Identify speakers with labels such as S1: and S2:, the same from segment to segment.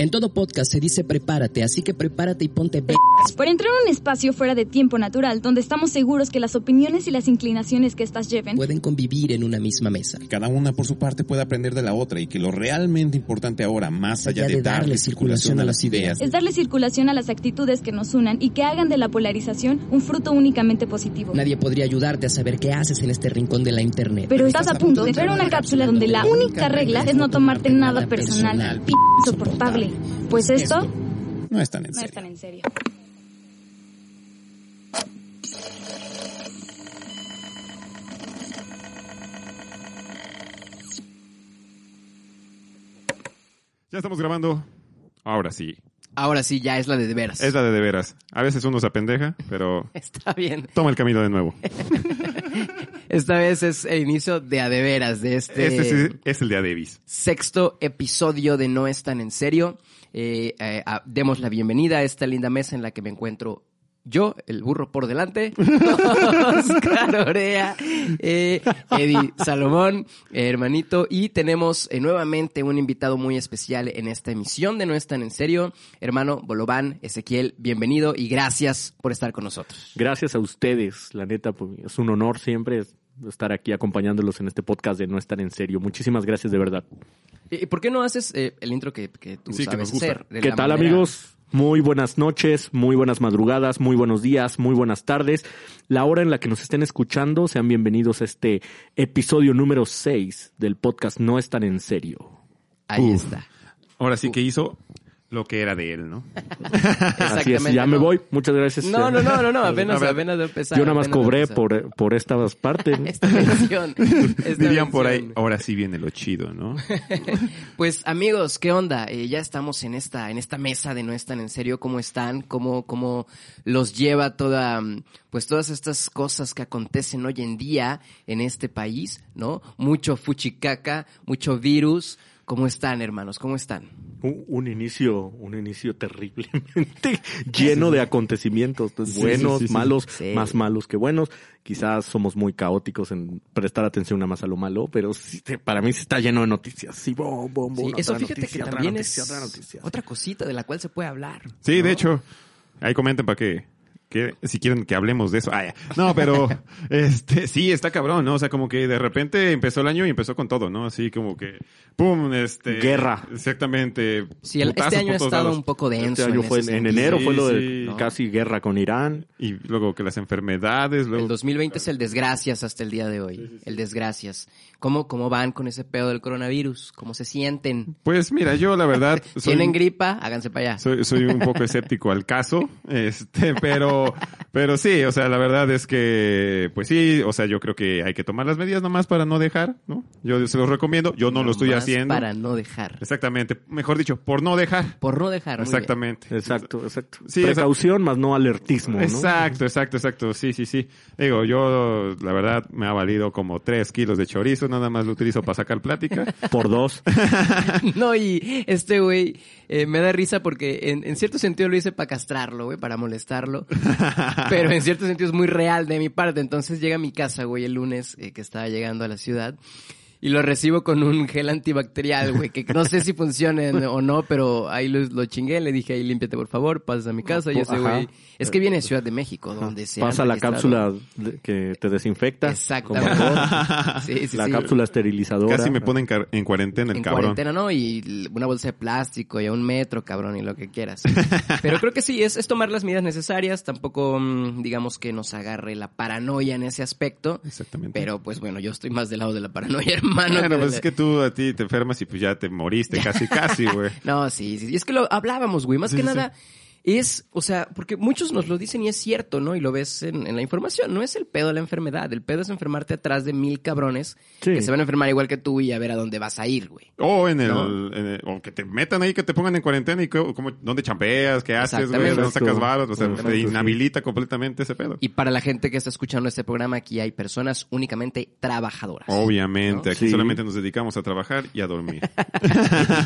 S1: En todo podcast se dice prepárate, así que prepárate y ponte b
S2: Para entrar a un espacio fuera de tiempo natural donde estamos seguros que las opiniones y las inclinaciones que estas
S3: Pues
S2: lleven
S1: pueden convivir en una misma mesa.
S4: que cada una por su parte puede aprender de la otra y que lo realmente importante ahora, más allá Pues de darle circulación a las ideas,
S2: es darle circulación a las actitudes que nos unan y que hagan de la polarización un fruto únicamente positivo.
S1: Nadie podría ayudarte a saber qué haces en este rincón de la internet.
S2: Pero estás a punto de entrar a una cápsula donde la única regla es no tomarte nada personal, p insoportable. Pues esto
S4: no es tan en
S2: no es
S4: serio.
S2: tan en serio.
S5: Ya estamos grabando. Ahora sí.
S3: Ahora sí, ya es la de de veras.
S5: Es la de de veras. A veces uno se apendeja, pero
S3: Está bien.
S5: toma el camino de nuevo.
S3: Esta vez es el inicio de a de veras de este,
S5: Este sí es el de Adebis.
S3: sexto episodio de No es tan en serio. Eh, eh, a- demos la bienvenida a esta linda mesa en la que me encuentro yo, el burro por delante, Oscar Orea, eh, Eddie Salomón, eh, hermanito, y tenemos eh, nuevamente un invitado muy especial en esta emisión de No es tan en serio, hermano Bolobán Ezequiel, bienvenido y gracias por estar con nosotros.
S6: Gracias a ustedes, la neta, pues, es un honor siempre estar aquí acompañándolos en este podcast de No Estar en Serio. Muchísimas gracias de verdad.
S3: ¿Y y por qué no haces eh, el intro que, que tú
S5: Sí, que
S3: sabes
S5: nos gusta.
S3: hacer? de
S6: ¿Qué
S3: la
S6: tal
S3: manera-
S6: amigos? Muy buenas noches, muy buenas madrugadas, muy buenos días, muy buenas tardes. La hora en la que nos estén escuchando, sean bienvenidos a este episodio número 6 del podcast No Estar en Serio.
S3: Ahí
S5: Uf.
S3: está.
S5: Ahora sí que hizo lo que era de él, ¿no?
S6: Así es,
S3: Exactamente,
S6: ya me
S3: no.
S6: voy. Muchas gracias.
S3: No, no, no, no, no,
S5: A
S3: apenas,
S5: ver,
S3: apenas de empezar.
S6: Yo nada más
S3: apenas de
S6: cobré
S3: empezar.
S6: por, por estas partes.
S3: Esta mención. esta
S5: Dirían por ahí,
S3: mención.
S5: ahora sí viene lo chido, ¿no?
S3: Pues amigos, ¿qué onda? Eh, ya estamos en esta, en esta mesa de no están en serio, ¿cómo están? ¿Cómo, cómo los lleva toda, mm, pues todas estas cosas que acontecen hoy en día en este país, ¿no? Mucho fuchicaca, mucho virus. ¿Cómo están, hermanos? ¿Cómo están?
S6: Un, un inicio, un inicio terriblemente lleno de acontecimientos, pues, buenos, malos,
S3: Sí.
S6: más malos que buenos. Quizás somos muy caóticos en prestar atención nada más a lo malo, pero sí, te- para mí sí está lleno de noticias. Sí, bom, bom, bom,
S3: Sí,
S6: otra
S3: eso fíjate
S6: noticia,
S3: que
S6: otra
S3: también
S6: noticia,
S3: es
S6: otra noticia.
S3: otra cosita de la cual se puede hablar.
S5: Sí,
S3: ¿no?
S5: de hecho, ahí comenten para que, que si quieren que hablemos de eso. Ah, ya. no, pero este sí está cabrón, ¿no? O sea, como que de repente empezó el año y empezó con todo, ¿no? Así como que pum, este
S6: Guerra.
S5: Exactamente.
S3: Sí, el- este
S5: putazos
S3: año
S5: por
S3: ha
S5: todos
S3: estado
S5: lados.
S3: un poco denso.
S6: Este año
S3: en
S6: fue
S3: ese
S6: en, en
S3: sentido.
S6: enero, fue lo de
S5: Sí, sí.
S6: casi guerra con Irán.
S5: y luego que las enfermedades, luego
S3: El 2020 es el desgracias hasta el día de hoy. El desgracias. ¿Cómo, ¿Cómo van con ese pedo del coronavirus? ¿Cómo se sienten?
S5: Pues mira, yo la verdad soy,
S3: ¿Tienen gripa? Háganse para allá.
S5: soy, soy un poco escéptico al caso, este, pero, pero sí, o sea, la verdad es que, pues sí, o sea, yo creo que hay que tomar las medidas nomás para no dejar, ¿no? Yo se los recomiendo, yo no lo estoy
S3: Nomás
S5: haciendo.
S3: Para no dejar.
S5: Exactamente, mejor dicho, por no dejar.
S3: Por no dejar. muy bien.
S5: Exactamente.
S6: Exacto, exacto.
S5: Sí,
S6: Precaución más no alertismo. ¿no?
S5: Exacto, exacto, exacto. Sí, sí, sí. Digo, yo, la verdad, me ha valido como tres kilos de chorizo, nada más lo utilizo para sacar plática.
S6: Por dos.
S3: No, y este güey eh, me da risa porque en, en cierto sentido lo hice para castrarlo, güey, para molestarlo. Pero en cierto sentido es muy real de mi parte. Entonces llega a mi casa, güey, el lunes eh, que estaba llegando a la ciudad. Y lo recibo con un gel antibacterial, güey, que no sé si funcione o no, pero ahí lo, lo chingué. Le dije, ahí límpiate, por favor, pasas a mi casa. Y
S6: po-
S3: ese
S6: ajá.
S3: güey... Es que viene de Ciudad de México, donde se han
S6: Pasa la
S3: registrado-
S6: cápsula de- que te desinfecta.
S3: Exactamente.
S6: Como dos.
S3: Sí, sí,
S6: la
S3: sí.
S6: cápsula esterilizadora.
S5: Casi me ponen car- en cuarentena el
S3: en
S5: cabrón.
S3: cuarentena, ¿no? Y l- una bolsa de plástico y a un metro, cabrón, y lo que quieras. Pero creo que sí, es, es tomar las medidas necesarias, tampoco mm, digamos que nos agarre la paranoia en ese aspecto.
S5: Exactamente.
S3: Pero pues bueno, yo estoy más del lado de la paranoia, hermano.
S5: Bueno,
S3: que de
S5: pues
S3: la-
S5: es que tú a ti te enfermas y pues ya te moriste casi, casi, güey.
S3: No, sí, sí. Y es que lo hablábamos, güey. Más
S5: Sí,
S3: que
S5: sí,
S3: nada, es, o sea, porque muchos nos lo dicen y es cierto, ¿no? Y lo ves en, en la información, no es el pedo la enfermedad, el pedo es enfermarte atrás de mil cabrones
S6: Sí.
S3: que se van a enfermar igual que tú y a ver a dónde vas a ir, güey.
S5: O en el, en el- o que te metan ahí, que te pongan en cuarentena y que- como, dónde champeas, qué haces, güey,
S3: Exactamente.
S5: dónde sacas varas, o sea,
S6: Exacto,
S5: te
S6: sí.
S5: inhabilita completamente ese pedo.
S3: Y para la gente que está escuchando este programa, aquí hay personas únicamente trabajadoras.
S5: Obviamente,
S3: pues, ¿No?
S5: aquí
S6: Sí.
S5: solamente nos dedicamos a trabajar y a dormir.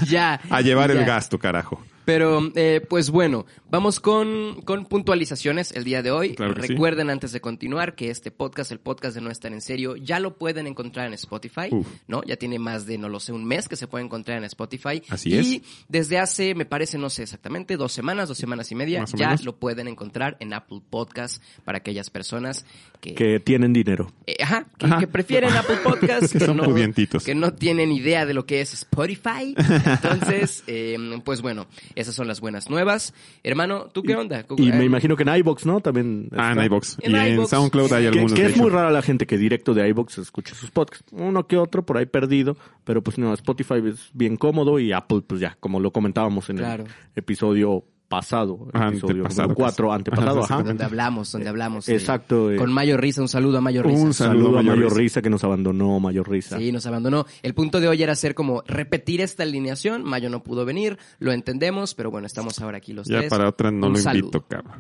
S3: ya.
S5: a llevar el
S3: ya.
S5: gasto, carajo.
S3: Pero, eh, pues bueno, vamos con, con puntualizaciones el día de hoy.
S5: Claro que sí.
S3: Recuerden antes de continuar que este podcast, el podcast de No Estar en Serio, ya lo pueden encontrar en Spotify,
S5: Uf.
S3: ¿no? Ya tiene más de, no lo sé, un mes que se puede encontrar en Spotify.
S5: Así
S3: y
S5: es.
S3: desde hace, me parece, no sé exactamente, dos semanas, dos semanas y media,
S5: Más o
S3: ya
S5: menos.
S3: lo pueden encontrar en Apple Podcast para aquellas personas que...
S6: Que tienen dinero.
S3: eh, ajá, que,
S5: Ajá.
S3: que prefieren Apple Podcast,
S5: Que son pudientitos.
S3: que no tienen idea de lo que es Spotify. Entonces, eh, pues bueno, esas son las buenas nuevas. Hermano, ¿tú qué onda?
S6: Y me
S3: Eh,
S6: imagino que en iBox, ¿no? También.
S5: Ah, en
S6: está.
S5: iBox.
S3: En
S5: y en
S3: iVoox.
S5: SoundCloud hay
S6: Que,
S5: algunos.
S6: que
S5: de
S6: es muy
S5: hecho.
S6: rara la gente que directo de iBox escucha sus podcasts. Uno que otro por ahí perdido, pero pues no, Spotify es bien cómodo y Apple, pues ya, como lo comentábamos en
S3: Claro.
S6: el episodio pasado, episodio
S5: Ah, Antepasado,
S6: número cuatro,
S5: pues.
S6: antepasado,
S5: Ajá,
S6: ajá.
S3: Donde hablamos, donde hablamos. eh,
S6: Exacto, eh.
S3: Con Mayo Risa, un saludo a Mayo Risa.
S5: Un
S6: Saludo, a Mayor Risa.
S5: Risa.
S6: que nos abandonó, Mayor Risa.
S3: Sí, nos abandonó. El punto de hoy era hacer como repetir esta alineación. Mayo no pudo venir, lo entendemos, pero bueno, estamos ahora aquí los
S5: Ya
S3: tres.
S5: para otra no
S3: Un
S5: lo
S3: saludo.
S5: invito, cabrón.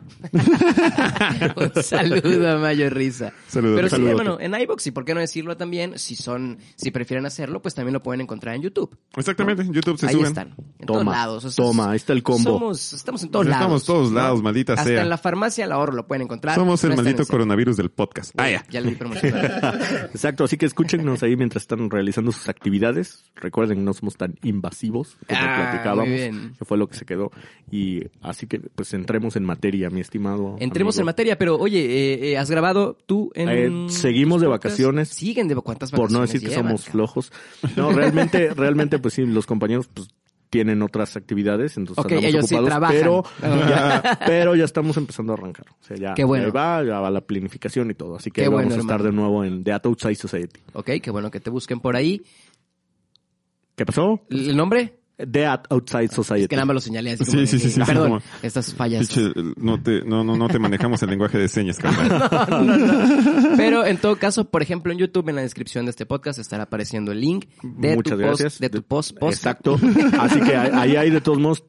S3: Un saludo a Mayo Risa.
S5: Saludos,
S3: Pero sí,
S5: saludos.
S3: hermano, en iBox, y por qué no decirlo también, si son, si prefieren hacerlo, pues también lo pueden encontrar en YouTube.
S5: Exactamente, en YouTube se
S3: Ahí
S5: suben.
S3: están, en todos
S6: Toma,
S3: lados. o sea,
S6: toma, ahí está el combo.
S3: Somos, estamos en todos
S5: Pues Estamos
S3: lados.
S5: todos lados, maldita
S3: Hasta
S5: sea.
S3: en la farmacia al ahorro lo pueden encontrar.
S5: Somos el
S3: No están en
S5: maldito
S3: serio.
S5: coronavirus del podcast. Ah, ya.
S3: Ya lo di promocionado.
S6: Exacto, así que escúchenos ahí mientras están realizando sus actividades. Recuerden que no somos tan invasivos como
S3: Ah,
S6: platicábamos.
S3: muy bien.
S6: Que fue lo que se quedó. Y así que pues entremos en materia, mi estimado.
S3: Entremos en
S6: amigo.
S3: materia, pero oye, eh, eh, ¿has grabado tú en
S6: Eh, seguimos de
S3: podcast?
S6: vacaciones.
S3: Siguen de cuántas vacaciones.
S6: por no decir que
S3: llevan,
S6: somos
S3: cabrón?
S6: flojos. No, realmente, realmente, pues sí, los compañeros pues tienen otras actividades, entonces
S3: Ok,
S6: andamos
S3: ellos sí
S6: ocupados,
S3: trabajan.
S6: pero ya, pero ya estamos empezando a arrancar. O sea, ya,
S3: Qué bueno.
S6: ahí va, ya va la planificación y todo. Así
S3: Qué
S6: que ahí vamos
S3: bueno,
S6: a estar
S3: hermano.
S6: de nuevo en The Outside Society.
S3: Ok, qué bueno que te busquen por ahí.
S6: ¿Qué pasó?
S3: ¿El nombre?
S6: The Outside Society.
S3: Es que nada más lo señalé así. como
S5: Sí,
S3: de
S5: sí,
S3: que-
S5: sí, sí, sí,
S3: Perdón,
S5: como-
S3: estas fallas.
S5: Pinche, no te, no, no, no te manejamos el lenguaje de señas, cabrón.
S3: No, no. Pero en todo caso, por ejemplo, en YouTube, en la descripción de este podcast, estará apareciendo el link de
S6: Muchas
S3: tu
S6: gracias.
S3: post, de tu post, post.
S6: Exacto. Así que ahí ahí hay de todos modos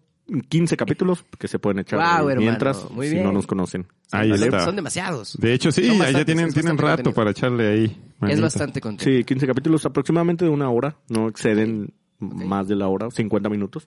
S6: 15 capítulos que se pueden echar
S3: Guau,
S6: ahí
S3: hermano,
S6: mientras
S3: muy
S6: si
S3: bien.
S6: no nos conocen.
S5: Ahí
S3: Son-
S5: está.
S3: Son demasiados.
S5: De hecho, sí,
S3: Son
S5: ahí ya
S3: bastantes,
S5: tienen,
S3: es
S5: tienen
S3: bastante
S5: rato
S3: contenido.
S5: para echarle ahí.
S3: Es
S5: manita.
S3: bastante contenido.
S6: Sí, 15 capítulos aproximadamente de una hora, no exceden más de la hora, 50 minutos.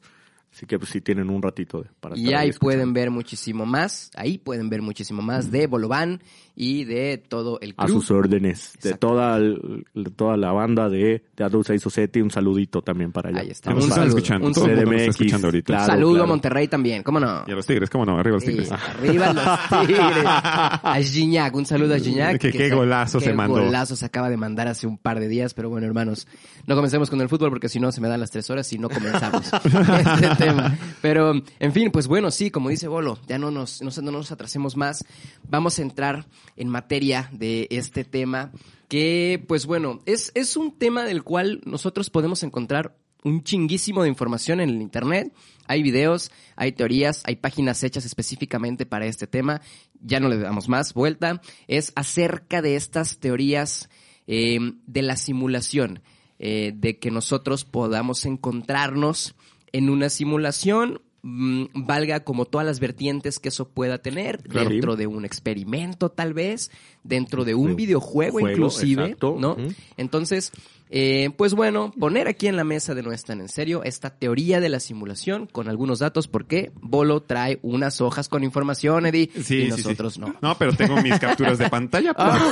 S6: Así que pues sí tienen un ratito de- para
S3: Y
S6: estar
S3: ahí
S6: escuchando.
S3: pueden ver muchísimo más, ahí pueden ver muchísimo más de Bolobán y de todo el
S6: a
S3: crew.
S6: sus órdenes de
S3: Exacto.
S6: toda el- de toda la banda de, de Adult Side Society, un saludito también para allá.
S3: Ahí está.
S5: Nos
S3: Un
S5: están
S3: saludo.
S5: escuchando.
S3: Un
S5: Todo el mundo nos está
S6: CDMX,
S5: escuchando ahorita.
S6: claro,
S3: Saludo
S6: claro.
S3: a Monterrey también, ¿cómo no?
S5: Y a los tigres, cómo no, arriba los
S3: Sí, Ah.
S5: tigres.
S3: arriba los tigres. A Gignac, un saludo a Gignac.
S5: Que qué
S3: sa-
S5: golazo se mandó.
S3: Qué golazo se acaba de mandar hace un par de días, pero bueno, hermanos, no comencemos con el fútbol porque si no se me dan las tres horas y no comenzamos este tema. Pero, en fin, pues bueno, sí, como dice Bolo, ya no nos, no, se- no nos atrasemos más. Vamos a entrar en materia de este tema que, pues bueno, es, es un tema del cual nosotros podemos encontrar un chinguísimo de información en el internet. Hay videos, hay teorías, hay páginas hechas específicamente para este tema. Ya no le damos más vuelta. Es acerca de estas teorías eh, de la simulación, eh, de que nosotros podamos encontrarnos en una simulación, mm, valga como todas las vertientes que eso pueda tener,
S6: Claro.
S3: dentro de un experimento tal vez, dentro de un
S6: Sí.
S3: videojuego
S6: Juego,
S3: inclusive,
S6: exacto.
S3: ¿no?
S6: Ujú.
S3: Entonces, eh, pues bueno, poner aquí en la mesa de No es tan en serio esta teoría de la simulación con algunos datos porque Bolo trae unas hojas con información, Eddie, y nosotros no.
S5: No, pero tengo mis capturas de pantalla. pues.
S3: Ah,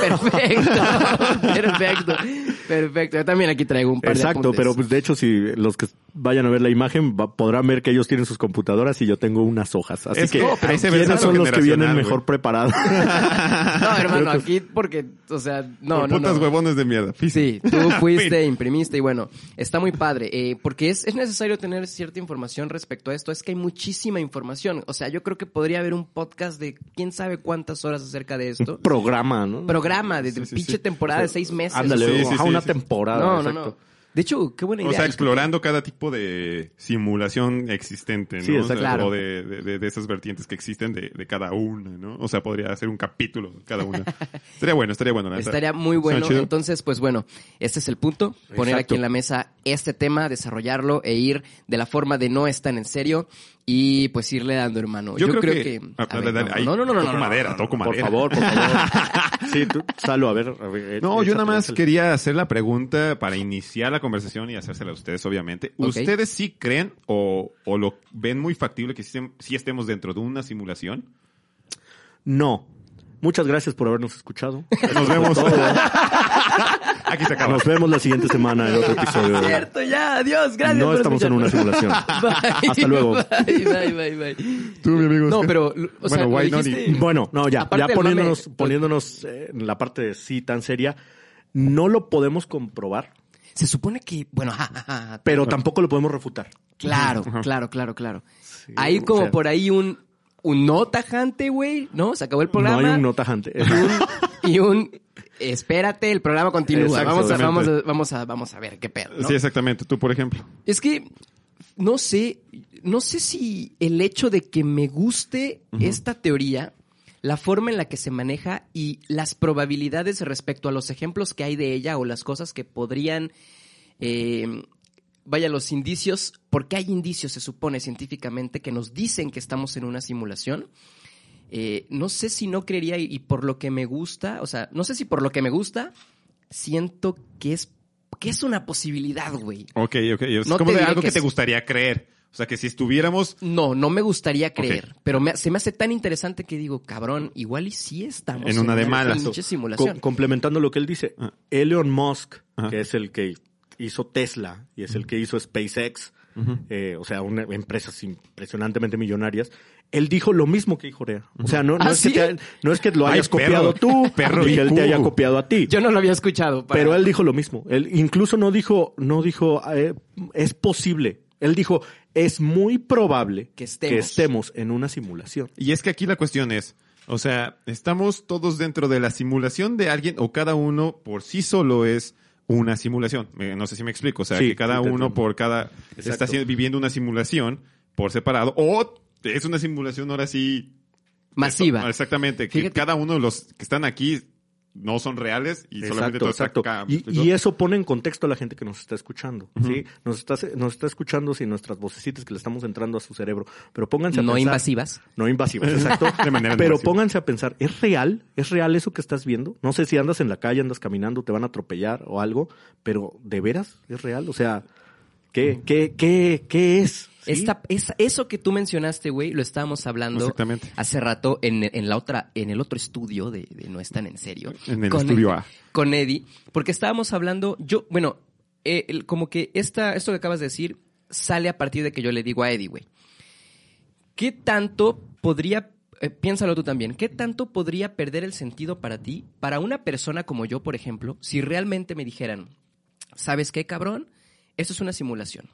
S3: perfecto, perfecto, perfecto. Yo también aquí traigo un par de
S6: Exacto,
S3: apuntes.
S6: pero pues de hecho si los que vayan a ver la imagen va- podrán ver que ellos tienen sus computadoras y yo tengo unas hojas. Así
S5: Es
S6: que
S5: que, no, pero ahí se ve el
S6: ¿quiénes
S5: salto
S6: son los que vienen
S5: generacional,
S6: mejor
S5: güey?
S6: preparados?
S3: No, hermano, aquí porque, o sea, no,
S5: Por
S3: no,
S5: putas
S3: no.
S5: huevones de mierda.
S3: Sí, tú fuiste, imprimiste y bueno, está muy padre, eh, porque es, es necesario tener cierta información respecto a esto, es que hay muchísima información, o sea, yo creo que podría haber un podcast de quién sabe cuántas horas acerca de esto,
S6: Programa, ¿no?
S3: programa de, de pinche temporada de seis meses.
S6: Ándale,
S5: Sí, sí,
S6: ajá,
S5: sí,
S6: una
S5: sí.
S6: temporada.
S3: no, no,
S6: exacto.
S3: no. De hecho, qué buena idea.
S5: O sea, explorando cada tipo de simulación existente, ¿no?
S6: Sí, exacto.
S5: O sea,
S3: Claro.
S5: O de, de- de esas vertientes que existen de, de cada una, ¿no? O sea, podría hacer un capítulo de cada una. estaría bueno, estaría bueno. la neta.
S3: Estaría muy bueno.
S5: Suena chido.
S3: Entonces, pues bueno, este es el punto. Poner
S6: Exacto.
S3: aquí en la mesa este tema, desarrollarlo e ir de la forma de no es tan en serio y pues irle dando, hermano.
S5: Yo, creo, que...
S3: a
S5: Ah,
S3: ver,
S5: dale, dale,
S3: no,
S5: ahí.
S3: no, no, no, no,
S5: Toco
S3: no, no,
S5: madera,
S3: no, no.
S5: toco
S6: Por
S5: madera.
S6: favor, por favor. Sí, tú, Salo, a ver. a ver, eh,
S5: No, yo nada
S6: échatela,
S5: más
S6: échatela.
S5: quería hacer la pregunta para iniciar la conversación y hacérsela a ustedes, obviamente.
S3: Ok.
S5: ¿Ustedes sí creen o, o lo ven muy factible que sí, sí estemos dentro de una simulación?
S6: No. Muchas gracias por habernos escuchado.
S5: Nos vemos. Aquí se acaba.
S6: Nos vemos la siguiente semana en otro episodio. de-
S3: Cierto, ya, adiós, gracias.
S6: no
S3: por
S6: estamos en una
S3: escucharnos.
S6: simulación.
S3: Bye,
S6: Hasta luego.
S3: Bye, bye, bye, bye. No, pero, o sea, lo
S5: Bueno, why not?
S3: dijiste-
S6: Bueno, no, ya,
S3: Aparte
S6: ya
S3: del
S6: poniéndonos,
S3: mame,
S6: poniéndonos eh, en la parte de sí tan seria, no lo podemos comprobar,
S3: Se supone que, bueno, ja, ja, ja, ja,
S6: pero tampoco lo podemos refutar.
S3: Claro, claro, claro, claro. Hay
S6: o
S3: como
S6: sea-
S3: por ahí un, un no tajante, güey, ¿no? Se acabó el programa.
S6: No hay un no tajante.
S3: Y un, espérate, el programa continúa.
S5: Exacto,
S3: Vamos a, vamos,
S5: obviamente.
S3: a, vamos, a, vamos a ver qué pedo. ¿no?
S5: Sí, exactamente. Tú, por ejemplo.
S3: Es que no sé, no sé si el hecho de que me guste esta teoría, la forma en la que se maneja y las probabilidades respecto a los ejemplos que hay de ella o las cosas que podrían, eh, vaya, los indicios, porque hay indicios, se supone científicamente, que nos dicen que estamos en una simulación. Eh, no sé si no creería y, y por lo que me gusta, o sea, no sé si por lo que me gusta, siento que es, que es una posibilidad, güey.
S5: Ok, ok. Es
S3: No
S5: como
S3: te
S5: de
S3: diré
S5: algo
S3: que
S5: que, te
S3: sí.
S5: gustaría creer. O sea, que si estuviéramos...
S3: No, no me gustaría creer, pero me- se me hace tan interesante que digo, cabrón, igual y sí estamos
S5: En una de malas.
S3: pinche simulación.
S6: Com- complementando lo que él dice, Elon Musk,
S5: Ah. Ajá.
S6: que es el que hizo Tesla y es el que hizo SpaceX, eh, o sea, una, empresas impresionantemente millonarias, él dijo lo mismo que dijo Rea. O sea, no, no
S3: ¿Ah,
S6: es,
S3: sí?
S6: que te- no es que lo
S5: Ay,
S6: hayas
S5: perro,
S6: copiado tú,
S5: perro
S6: ni que él te
S5: IQ.
S6: haya copiado a ti.
S3: Yo no lo había escuchado. para-
S6: Pero él dijo lo mismo. Él incluso no dijo, no dijo, eh, es posible. Él dijo, es muy probable
S3: Que estemos.
S6: en una simulación.
S5: Y es que aquí la cuestión es, o sea, ¿estamos todos dentro de la simulación de alguien o cada uno por sí solo es una simulación? Eh, No sé si me explico, o sea,
S6: Sí,
S5: que cada
S6: sí, te
S5: uno
S6: entiendo.
S5: por cada
S6: Exacto.
S5: está haci- viviendo una simulación por separado o es una simulación ahora sí
S3: masiva.
S5: Esto- exactamente, que
S3: Fíjate.
S5: cada uno de los que están aquí no son reales y solamente pues, todo está acá.
S6: Y, y eso pone en contexto a la gente que nos está escuchando. ¿sí? nos, está, nos está escuchando sin nuestras vocecitas que le estamos entrando a su cerebro. Pero pónganse a
S3: no
S6: pensar.
S3: invasivas.
S6: No invasivas, exacto.
S5: De manera
S6: Pero
S5: invasiva.
S6: pónganse a pensar, ¿es real? ¿Es real eso que estás viendo? No sé si andas en la calle, andas caminando, te van a atropellar o algo, pero ¿de veras es real? O sea, ¿qué,
S5: Mm.
S6: qué, qué, qué es? ¿Sí?
S3: Esta, esa- eso que tú mencionaste, güey, lo estábamos hablando
S5: Exactamente.
S3: hace rato en, en la otra, en el otro estudio de, de No es tan en serio.
S5: En el estudio A.
S3: Con Eddie. Porque estábamos hablando, yo, bueno, eh, el- como que esta, esto que acabas de decir sale a partir de que yo le digo a Eddie, güey. ¿Qué tanto podría, eh, piénsalo tú también, qué tanto podría perder el sentido para ti, para una persona como yo, por ejemplo, si realmente me dijeran, ¿sabes qué, cabrón? Esto es una simulación.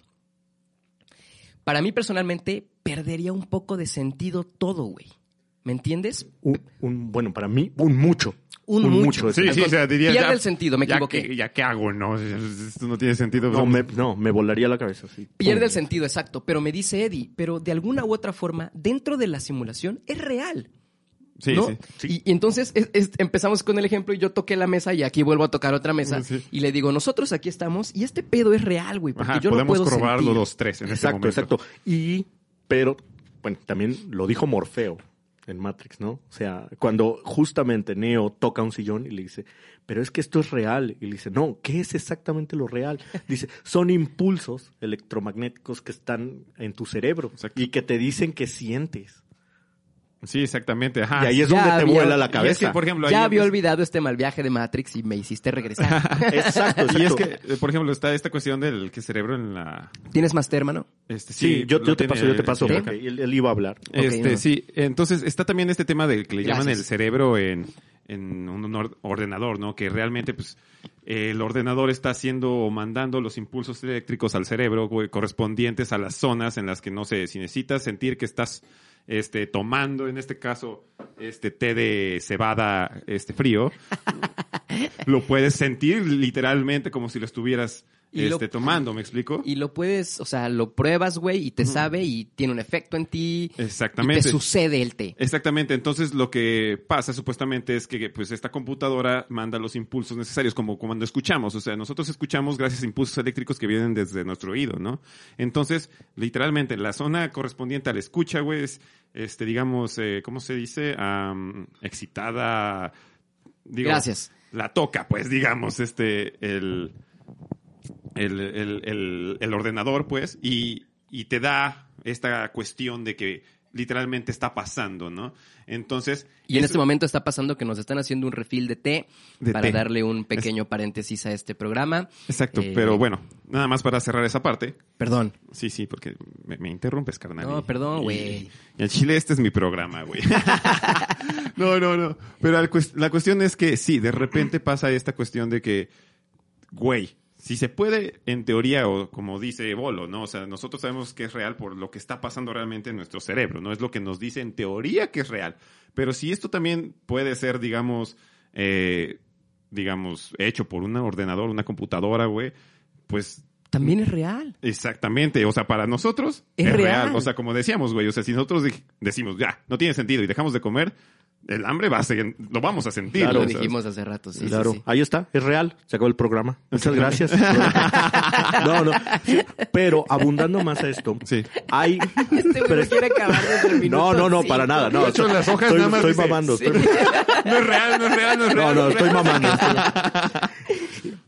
S3: Para mí personalmente, perdería un poco de sentido todo, güey. ¿Me entiendes?
S6: Un, un- bueno, para mí, un mucho.
S3: Un mucho.
S6: es-
S5: Sí, sí, o sea, diría
S3: Pierde
S5: ya-
S3: el sentido, me
S5: ya
S3: equivoqué.
S5: que- ya qué hago, no, esto no tiene sentido.
S6: No me, no, me volaría la cabeza. sí.
S3: Pierde el sentido, exacto. Pero me dice Eddie, pero de alguna u otra forma, dentro de la simulación, es real.
S5: Sí,
S3: ¿no?
S5: sí.
S3: Y, y entonces es- es- empezamos con el ejemplo y yo toqué la mesa y aquí vuelvo a tocar otra mesa
S5: Sí.
S3: y le digo, nosotros aquí estamos y este pedo es real, güey, porque
S5: Ajá,
S3: yo no
S5: podemos
S3: puedo
S5: corroborarlo
S3: sentir.
S5: los tres en este
S6: Exacto,
S5: momento.
S6: exacto. Y, pero, bueno, también lo dijo Morfeo en Matrix, ¿no? O sea, cuando justamente Neo toca un sillón y le dice, pero es que esto es real. Y le dice, no, ¿qué es exactamente lo real? Dice, son impulsos electromagnéticos que están en tu cerebro
S5: Exacto.
S6: y que te dicen que sientes.
S5: Sí, exactamente. Ajá.
S6: y ahí es
S3: Ya
S6: donde te
S3: había-
S6: vuela
S3: y
S6: la
S3: es
S5: Y es
S6: cabeza.
S5: que, por ejemplo, ahí
S3: Ya había
S5: es-
S3: olvidado este mal viaje de Matrix y me hiciste regresar.
S6: Exacto, exacto.
S5: Y es que, eh, por ejemplo, está esta cuestión del que cerebro en la...
S3: ¿Tienes más té, hermano?
S5: Este,
S6: Sí, yo,
S5: lo
S6: yo te
S5: tiene
S6: paso, yo te
S5: el
S6: paso.
S5: señor
S6: porque
S5: acá.
S6: Él, él iba a hablar.
S5: Este,
S3: no.
S5: sí. Entonces, está también este tema del que le llaman
S3: Gracias.
S5: el cerebro en, en un or- ordenador, ¿no? Que realmente, pues, el ordenador está haciendo o mandando los impulsos eléctricos al cerebro güey, correspondientes a las zonas en las que, no sé, si necesitas sentir que estás este, tomando, en este caso, este té de cebada este, frío, lo puedes sentir literalmente como si lo estuvieras
S3: Y lo-
S5: este, tomando, ¿me explico?
S3: Y lo puedes, o sea, lo pruebas, güey, y te sabe y tiene un efecto en ti.
S5: Exactamente. Eh,
S3: Y te sucede el té.
S5: Exactamente, entonces lo que pasa supuestamente es que pues esta computadora manda los impulsos necesarios como cuando escuchamos, o sea, nosotros escuchamos gracias a impulsos eléctricos que vienen desde nuestro oído, ¿no? Entonces, literalmente la zona correspondiente a la escucha, güey, es este digamos, eh, ¿cómo se dice? Am, excitada digo,
S3: Gracias.
S5: La toca, pues digamos, este el el, el- el- el ordenador, pues, y, y te da esta cuestión de que literalmente está pasando, ¿no? Entonces,
S3: Y en
S5: eso-
S3: este momento está pasando que nos están haciendo un refil de té
S5: De
S3: para
S5: té.
S3: darle un pequeño paréntesis a este programa.
S5: Exacto,
S3: Eh,
S5: pero bueno, nada más para cerrar esa parte.
S3: Perdón.
S5: Sí, sí, porque me, me interrumpes, carnal.
S3: No,
S5: Y-
S3: perdón,
S5: y-
S3: güey.
S5: y al chile este es mi programa, güey. no, no, no. Pero al cues- la cuestión es que sí, de repente pasa esta cuestión de que, güey, si se puede, en teoría, o como dice Bolo, ¿no? O sea, nosotros sabemos que es real por lo que está pasando realmente en nuestro cerebro, ¿no? Es lo que nos dice en teoría que es real. Pero si esto también puede ser, digamos, eh, digamos, hecho por un ordenador, una computadora, güey, pues
S3: También es real.
S5: Exactamente, o sea, para nosotros
S3: Es
S5: es, real.
S3: real.
S5: o sea, como decíamos, güey, o sea, si nosotros dij- decimos, ya, no tiene sentido y dejamos de comer, el hambre va a ser, lo vamos a sentir.
S6: Claro,
S3: lo
S5: o sea,
S3: dijimos hace rato, sí, sí,
S6: claro,
S3: sí.
S6: ahí está, es real, se acabó el programa. Muchas gracias. no, no, pero abundando más a esto,
S5: Sí.
S6: hay...
S3: Este güey
S6: pero-
S3: no quiere acabar desde el
S6: no,
S3: minuto
S6: no, no,
S3: cinco.
S6: para nada. No,
S5: De hecho, en las hojas
S6: estoy,
S5: nada más
S6: estoy
S5: dice,
S6: mamando.
S3: sí.
S6: estoy-
S5: No es real, no es real, no es
S6: No,
S5: real.
S6: no,
S5: es
S6: estoy
S5: real.
S6: mamando. estoy-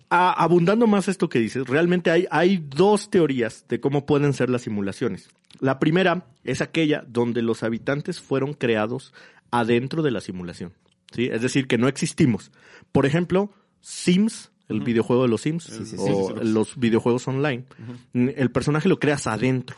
S6: A- abundando más esto que dices, realmente hay, hay dos teorías de cómo pueden ser las simulaciones. La primera es aquella donde los habitantes fueron creados adentro de la simulación. ¿sí? Es decir, que no existimos. Por ejemplo, Sims, el videojuego de los Sims,
S5: sí,
S6: o
S5: sí, sí, sí.
S6: los videojuegos online, el personaje lo creas adentro.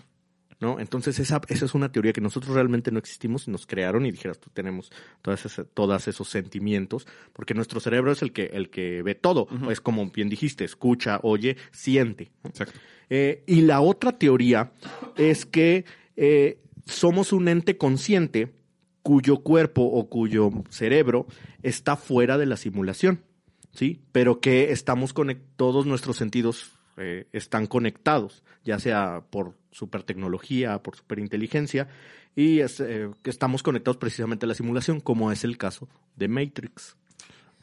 S6: ¿No? Entonces esa, esa es una teoría que nosotros realmente no existimos y nos crearon y dijeras tú tenemos todas esas, todas esos sentimientos porque nuestro cerebro es el que el que ve todo es como bien dijiste escucha oye siente ¿no?
S5: Exacto.
S6: Eh, y la otra teoría es que eh, somos un ente consciente cuyo cuerpo o cuyo cerebro está fuera de la simulación, ¿sí? Pero que estamos conec- todos nuestros sentidos eh, están conectados, ya sea por supertecnología, por superinteligencia, y es, eh, que estamos conectados precisamente a la simulación, como es el caso de Matrix.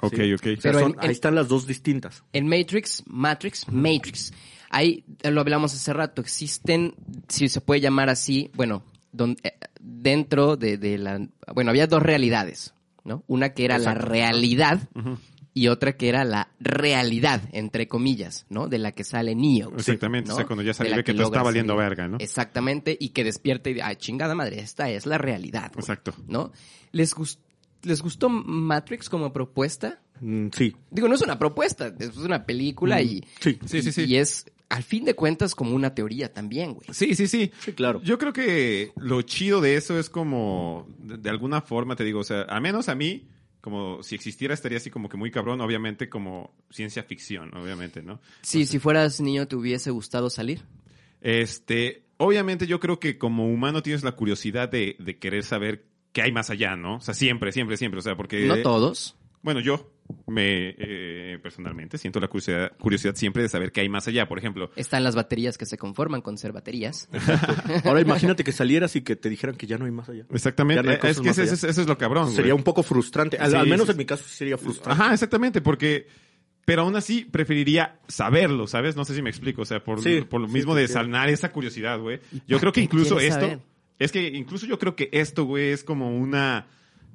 S5: Ok,
S6: Sí.
S5: ok.
S6: O sea,
S3: Pero
S6: son-
S3: en- en-
S6: ahí están las dos distintas.
S3: En Matrix, Matrix, Matrix. Ahí eh, lo hablamos hace rato. Existen, si se puede llamar así, bueno, don- eh, dentro de, de la. Bueno, había dos realidades, ¿no? Una que era la realidad y otra que era la realidad, entre comillas, ¿no? De la que sale Neo.
S5: Exactamente,
S3: ¿no?
S5: o sea, cuando ya
S3: De
S5: sale
S3: la
S5: ve que todo
S3: logra
S5: está valiendo
S3: salir.
S5: verga, ¿no?
S3: Exactamente, y que despierta y dice, ay, chingada madre, esta es la realidad. güey",
S5: Exacto.
S3: ¿No? ¿Les, gus- ¿Les gustó Matrix como propuesta?
S6: Mm, sí,
S3: Digo, no es una propuesta, es una película y,
S5: Sí, sí,
S6: sí.
S5: Pues,
S3: y-
S5: sí.
S3: y es, al fin de cuentas, como una teoría también, güey.
S5: Sí, sí, sí.
S6: Sí, claro.
S5: Yo creo que lo chido de eso es como, de, de alguna forma, te digo, o sea, al menos a mí, como si existiera, estaría así como que muy cabrón, obviamente, como ciencia ficción, obviamente, ¿no?
S3: Sí, si fueras niño, ¿te hubiese gustado salir?
S5: Este, obviamente yo creo que como humano tienes la curiosidad de, de querer saber qué hay más allá, ¿no? O sea, siempre, siempre, siempre. O sea, porque...
S3: No todos.
S5: Bueno, yo me eh, personalmente siento la curiosidad, curiosidad siempre de saber qué hay más allá. Por ejemplo,
S3: Están las baterías que se conforman con ser baterías.
S5: Eh.
S6: Ahora imagínate que salieras y que te dijeran que ya no hay más allá. Ya
S5: exactamente.
S6: no hay
S5: eh,
S6: cosas
S5: es que
S6: más
S5: ese-
S6: allá.
S5: ese- eso es lo cabrón. güey.
S6: Sería un poco frustrante. Al,
S5: Sí,
S6: al menos
S5: sí,
S6: en mi caso sí sería frustrante.
S5: Ajá, exactamente, porque... Pero aún así preferiría saberlo, ¿sabes? No sé si me explico, o sea, por,
S6: Sí,
S5: por lo
S6: sí,
S5: mismo
S6: te
S5: de
S6: entiendo.
S5: sanar esa curiosidad, güey. Yo creo que
S3: qué
S5: incluso
S3: quieres
S5: esto...
S3: saber?
S5: Es que incluso yo creo que esto, güey, es como una...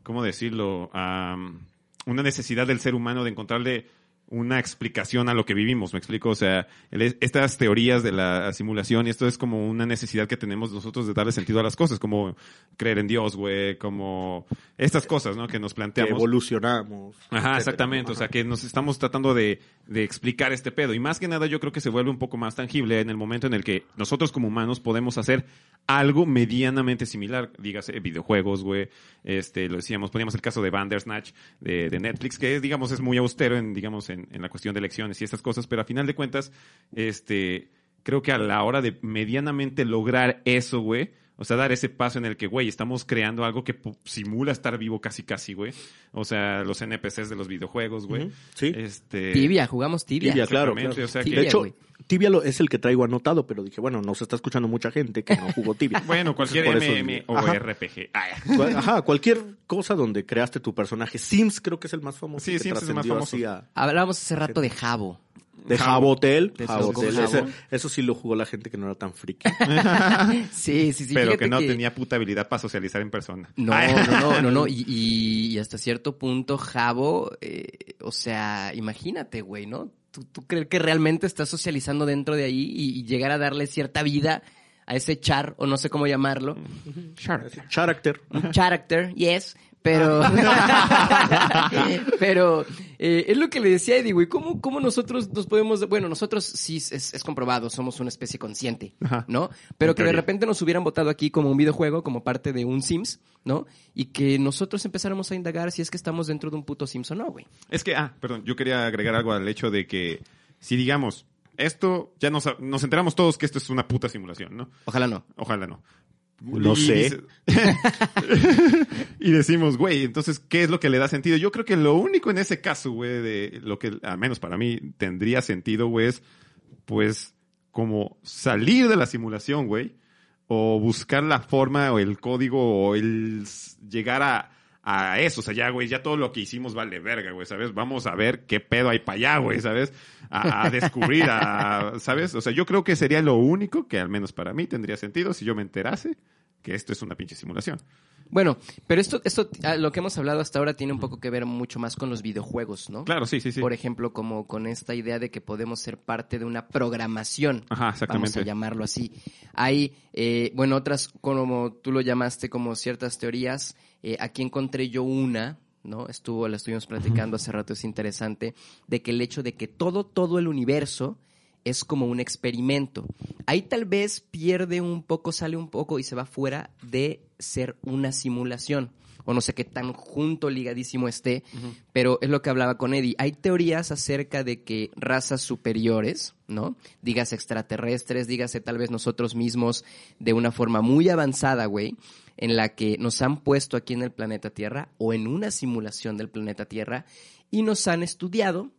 S5: ¿Cómo decirlo? Am, una necesidad del ser humano de encontrarle una explicación a lo que vivimos, ¿me explico? O sea, el- estas teorías de la simulación, y esto es como una necesidad que tenemos nosotros de darle sentido a las cosas, como creer en Dios, güey, como estas cosas, ¿no? Que nos
S6: Que
S5: planteamos.
S6: evolucionamos.
S5: Ajá, exactamente. O sea, que nos estamos tratando de, de explicar este pedo. Y más que nada, yo creo que se vuelve un poco más tangible en el momento en el que nosotros como humanos podemos hacer algo medianamente similar. Dígase, videojuegos, güey. Este, lo decíamos, poníamos el caso de Bandersnatch de, de Netflix, que digamos es muy austero en, digamos, en, en la cuestión de elecciones y estas cosas. Pero a final de cuentas, este, creo que a la hora de medianamente lograr eso, güey, O sea, dar ese paso en el que, güey, estamos creando algo que po- simula estar vivo casi casi, güey. O sea, los NPCs de los videojuegos, güey.
S6: Ujú, sí.
S5: Este,
S3: Tibia, jugamos tibia.
S6: Tibia, claro.
S5: Exactamente,
S6: claro.
S5: o sea que-
S6: de hecho,
S3: Tibia,
S6: Tibia lo- es el que traigo anotado, pero dije, bueno, nos está escuchando mucha gente que no jugó Tibia.
S5: Bueno, cualquier
S6: Por eso-
S5: MM o
S6: Ajá.
S5: RPG. Ay,
S6: Cual- Ajá, cualquier cosa donde creaste tu personaje. Sims creo que es el más famoso.
S5: Sí,
S6: que
S5: Sims es el más
S6: trascendió
S5: famoso.
S6: así a-
S3: Hablábamos hace rato de Jabo.
S6: de Jabotel.
S3: Te
S6: Jabotel.
S3: tocó
S6: Ese-
S3: Jabo.
S6: eso sí lo jugó la gente que no era tan friki.
S3: Sí, sí, sí.
S5: pero
S3: fíjate
S5: que no tenía puta habilidad para socializar en persona. Ah,
S3: No,
S5: Ay.
S3: no, no, no, no. Y, y- y hasta cierto punto, Jabo, eh, o sea, imagínate, güey, ¿no? ¿Tú, tú crees que realmente estás socializando dentro de ahí y, y llegar a darle cierta vida a ese char, o no sé cómo llamarlo,
S6: Character.
S3: un character, yes, pero... pero eh, es lo que le decía a Eddie, güey, ¿cómo, ¿cómo nosotros nos podemos... Bueno, nosotros sí es, es comprobado, somos una especie consciente,
S5: Ajá.
S3: ¿no? Pero
S5: En
S3: que de
S5: teoría.
S3: repente nos hubieran votado aquí como un videojuego, como parte de un Sims, ¿no? Y que nosotros empezáramos a indagar si es que estamos dentro de un puto Sims o no, güey.
S5: Es que, ah, perdón, yo quería agregar algo al hecho de que, si digamos, esto, ya nos, nos enteramos todos que esto es una puta simulación, ¿no?
S3: Ojalá no.
S5: Ojalá no.
S6: No
S5: Y
S6: sé.
S5: dice- y decimos, güey, entonces, ¿qué es lo que le da sentido? Yo creo que lo único en ese caso, güey, de lo que, al menos para mí, tendría sentido, güey, es, pues, como salir de la simulación, güey, o buscar la forma o el código o el s- llegar a, a eso. O sea, ya, güey, ya todo lo que hicimos vale verga, güey, ¿sabes? Vamos a ver qué pedo hay para allá, güey, ¿sabes? A, a descubrir, a, ¿sabes? O sea, yo creo que sería lo único que al menos para mí tendría sentido si yo me enterase que esto es una pinche simulación.
S3: Bueno, pero esto, esto, ah, lo que hemos hablado hasta ahora tiene un poco que ver mucho más con los videojuegos, ¿no?
S5: Claro, sí, sí, sí.
S6: e-
S3: Por ejemplo, como con esta idea de que podemos ser parte de una programación.
S5: Ajá,
S3: Vamos a
S5: exactamente.
S3: llamarlo así. Hay, eh, bueno, otras, como tú lo llamaste, como ciertas teorías. Eh, aquí encontré yo una, ¿no? Estuvo, la estuvimos platicando hace rato, es interesante, de que el hecho de que todo, todo el universo es como un experimento. Ahí tal vez pierde un poco, sale un poco y se va fuera de ser una simulación. O no sé qué tan junto, ligadísimo esté, pero es lo que hablaba con Eddie. Hay teorías acerca de que razas superiores, ¿no? Dígase extraterrestres, dígase tal vez nosotros mismos de una forma muy avanzada, güey, en la que nos han puesto aquí en el planeta Tierra o en una simulación del planeta Tierra y nos han estudiado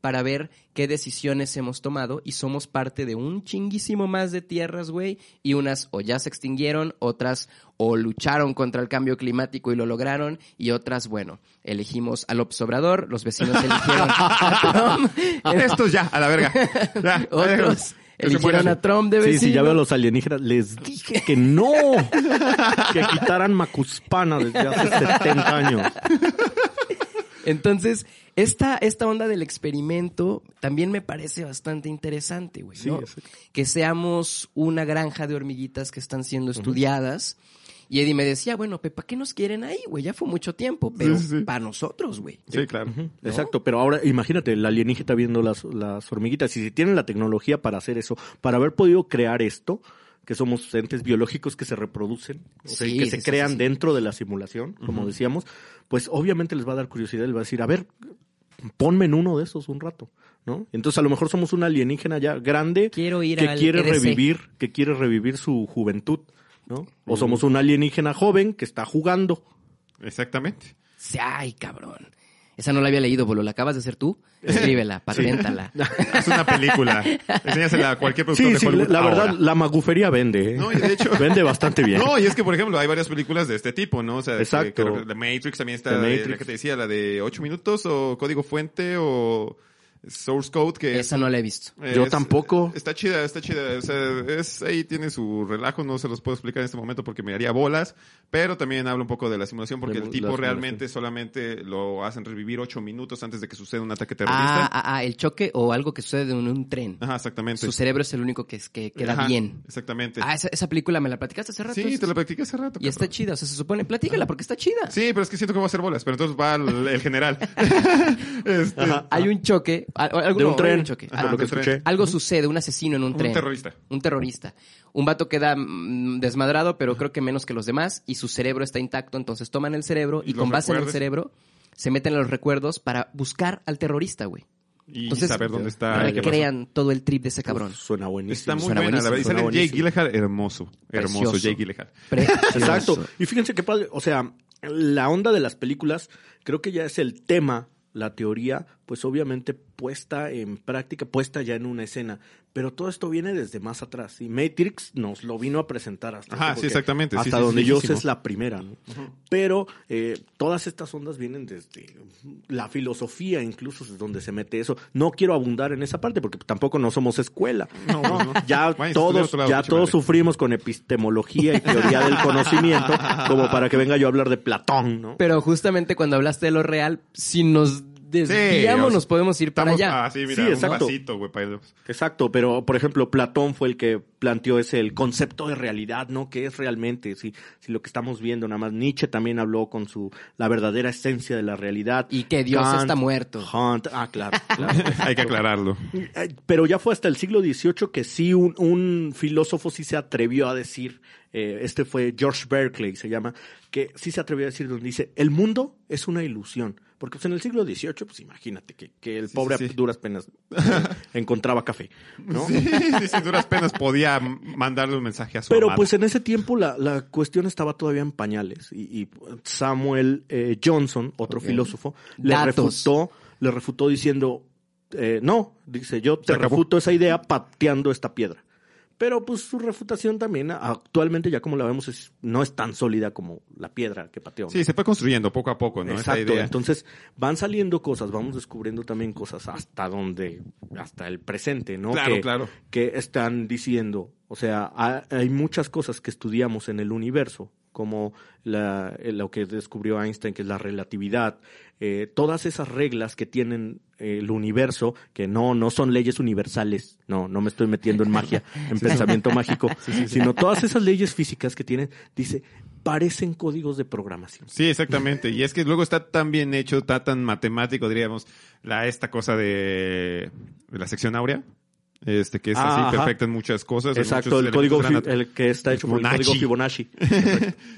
S3: para ver qué decisiones hemos tomado y somos parte de un chinguísimo más de tierras, güey, y unas o ya se extinguieron, otras o lucharon contra el cambio climático y lo lograron, y otras, bueno, elegimos al Obrador, los vecinos eligieron a Trump,
S5: Esto ya, a la verga. Ya,
S3: otros
S5: que se
S3: eligieron
S5: muera.
S3: a Trump de
S6: Sí,
S3: vecino.
S6: sí, ya veo a los alienígenas. Les dije que no. que quitaran Macuspana desde hace 70 años.
S3: Entonces, esta, esta onda del experimento también me parece bastante interesante, güey. ¿no? Que seamos una granja de hormiguitas que están siendo estudiadas. Y Eddie me decía, bueno, Pepa, ¿qué nos quieren ahí, güey? Ya fue mucho tiempo, pero
S5: Sí, sí, sí.
S3: para nosotros, güey.
S5: Sí, claro.
S6: Exacto, pero ahora imagínate, el alienígena está viendo las, las hormiguitas y si tienen la tecnología para hacer eso, para haber podido crear esto, que somos entes biológicos que se reproducen, o sea,
S3: Sí,
S6: y que se
S3: sí, sí,
S6: crean
S3: sí.
S6: dentro de la simulación, como decíamos, pues obviamente les va a dar curiosidad, les va a decir, a ver, ponme en uno de esos un rato, ¿no? Entonces a lo mejor somos un alienígena ya grande
S3: Quiero ir
S6: que
S3: al E
S6: quiere
S3: EDC.
S6: revivir, que quiere revivir su juventud, ¿no? O somos un alienígena joven que está jugando.
S5: Exactamente.
S3: Sí, Ay, cabrón. Esa no la había leído, boludo. ¿La acabas de hacer tú? Escríbela, paténtala.
S5: Es una película. Enséñasela a cualquier productor
S6: Sí,
S5: de
S6: sí, la,
S5: Hollywood
S6: la verdad,
S5: ahora.
S6: la magufería vende, ¿eh?
S5: No, y de hecho-
S6: Vende bastante bien.
S5: No, y es que, por ejemplo, hay varias películas de este tipo, ¿no? O sea,
S6: Exacto.
S5: que- que- la Matrix también está,
S6: The
S5: la de- la
S6: Matrix.
S5: que te decía, la de 8 minutos o Código Fuente o Source Code, que es-
S3: Esa no la he visto. Ah,
S6: Yo
S5: es-
S6: tampoco.
S5: Está chida, está chida. O sea, es, ahí tiene su relajo, no se los puedo explicar en este momento porque me haría bolas, pero también habla un poco de la simulación porque
S6: De
S5: el
S6: la
S5: tipo
S6: simulación.
S5: realmente solamente lo hacen revivir ocho minutos antes de que suceda un ataque terrorista.
S3: Ah, ah, ah, el choque o algo que sucede en un tren.
S5: Ajá, exactamente.
S3: Su cerebro es el único que, es- que queda
S5: Ajá,
S3: bien.
S5: Exactamente.
S3: Ah, esa, esa película me la platicaste hace rato.
S5: sí, te la practiqué hace rato.
S3: Y está
S5: cabrón.
S3: chida, o sea, se supone, platícala porque está chida.
S5: Sí, pero es que siento que voy a hacer bolas, pero entonces va el, el general. Este,
S3: Hay un choque, a- o algo,
S6: De
S3: no,
S6: un tren,
S3: hay un choque.
S6: por lo
S3: Algo,
S6: que
S5: tren.
S6: escuché.
S3: algo sucede, un asesino en un,
S5: Un
S3: tren.
S5: terrorista.
S3: Un terrorista. Un vato queda mm, desmadrado, pero creo que menos que los demás, y su cerebro está intacto, entonces toman el cerebro
S5: Y
S3: y,
S5: los
S3: con base en el
S5: recuerdos.
S3: cerebro se meten a los recuerdos para buscar al terrorista, güey.
S5: y
S3: Entonces,
S5: saber dónde está. y qué pasó.
S3: recrean todo el trip de ese cabrón.
S6: Suena buenísimo.
S5: Está muy
S3: Suena
S5: buena, la
S3: buenísimo,
S5: verdad. Y
S3: suena
S5: sale Jake
S3: buenísimo.
S5: Gyllenhaal, hermoso. Hermoso,
S3: Precioso.
S5: Jake Gyllenhaal.
S3: Precioso.
S6: Exacto. Y fíjense qué padre, o sea, la onda de las películas, creo que ya es el tema, la teoría, pues obviamente puesta en práctica, puesta ya en una escena, pero todo esto viene desde más atrás y Matrix nos lo vino a presentar hasta
S5: Ajá,
S6: aquí,
S5: sí,
S6: porque
S5: exactamente, sí,
S6: Hasta
S5: sí,
S6: donde
S5: sí,
S6: yo sé
S5: viejísimo.
S6: es la primera, ¿no? Pero eh, todas estas ondas vienen desde la filosofía, incluso es donde se mete eso. No quiero abundar en esa parte porque tampoco no somos escuela.
S5: No,
S6: ¿no?
S5: no.
S6: Ya
S5: Vayan a estudiar a
S6: todos,
S5: otro lado,
S6: ya
S5: pinche
S6: todos
S5: madre.
S6: sufrimos con epistemología y teoría del conocimiento, como para que venga yo a hablar de Platón, ¿no?
S3: Pero justamente cuando hablaste de lo real, si nos desviamos,
S5: o sea,
S3: nos Pues, podemos ir para
S5: Estamos
S3: allá.
S5: ah, sí,
S6: Sí,
S5: mira, un
S6: exacto.
S5: vasito, güey, para ellos.
S6: Exacto, pero por ejemplo, Platón fue el que planteó ese el concepto de realidad, ¿no? ¿Qué es realmente? Si, si lo que estamos viendo, nada más Nietzsche también habló con su la verdadera esencia de la realidad
S3: Y que Dios está muerto.
S6: Hunt, ah, claro, claro.
S5: Hay que aclararlo.
S6: Eh, Pero ya fue hasta el siglo XVIII que sí un, un filósofo sí se atrevió a decir, eh, este fue George Berkeley, se llama, que sí se atrevió a decir donde dice, el mundo es una ilusión. Porque pues, en el siglo XVIII, pues imagínate que, que el
S5: Sí,
S6: pobre
S5: sí, sí.
S6: a duras penas eh, encontraba café. ¿no?
S5: Sí, sí, sin duras penas podía mandarle un mensaje a su
S6: Pero
S5: amada.
S6: pues en ese tiempo la, la cuestión estaba todavía en pañales y, y Samuel eh, Johnson, otro filósofo, le
S3: Datos.
S6: refutó, le refutó diciendo, eh, no, dice, yo te
S5: acabó.
S6: refuto esa idea pateando esta piedra. Pero pues su refutación también a- actualmente ya como la vemos es- no es tan sólida como la piedra que pateó. ¿no?
S5: Sí, se fue construyendo poco a poco, ¿no? Esa
S6: Exacto.
S5: idea.
S6: Entonces van saliendo cosas, vamos descubriendo también cosas hasta donde, hasta el presente, ¿no?
S5: Claro,
S6: que,
S5: claro.
S6: Que están diciendo, o sea, ha- hay muchas cosas que estudiamos en el universo, como la- eh, lo que descubrió Einstein, que es la relatividad, eh, todas esas reglas que tienen eh, el universo, que no, no son leyes universales, no, no me estoy metiendo en magia, en pensamiento mágico, sino todas esas leyes físicas que tienen, dice, parecen códigos de programación.
S5: Sí, exactamente. Y es que luego está tan bien hecho, está tan matemático, diríamos, la esta cosa de, de la sección áurea, este que es
S6: Ah, ajá.
S5: así perfecta en muchas cosas. en
S6: Exacto,
S5: muchos
S6: el
S5: elementos
S6: código
S5: de la
S6: fi-
S5: nat-
S6: el que está hecho por el
S5: Fibonacci.
S6: código Fibonacci.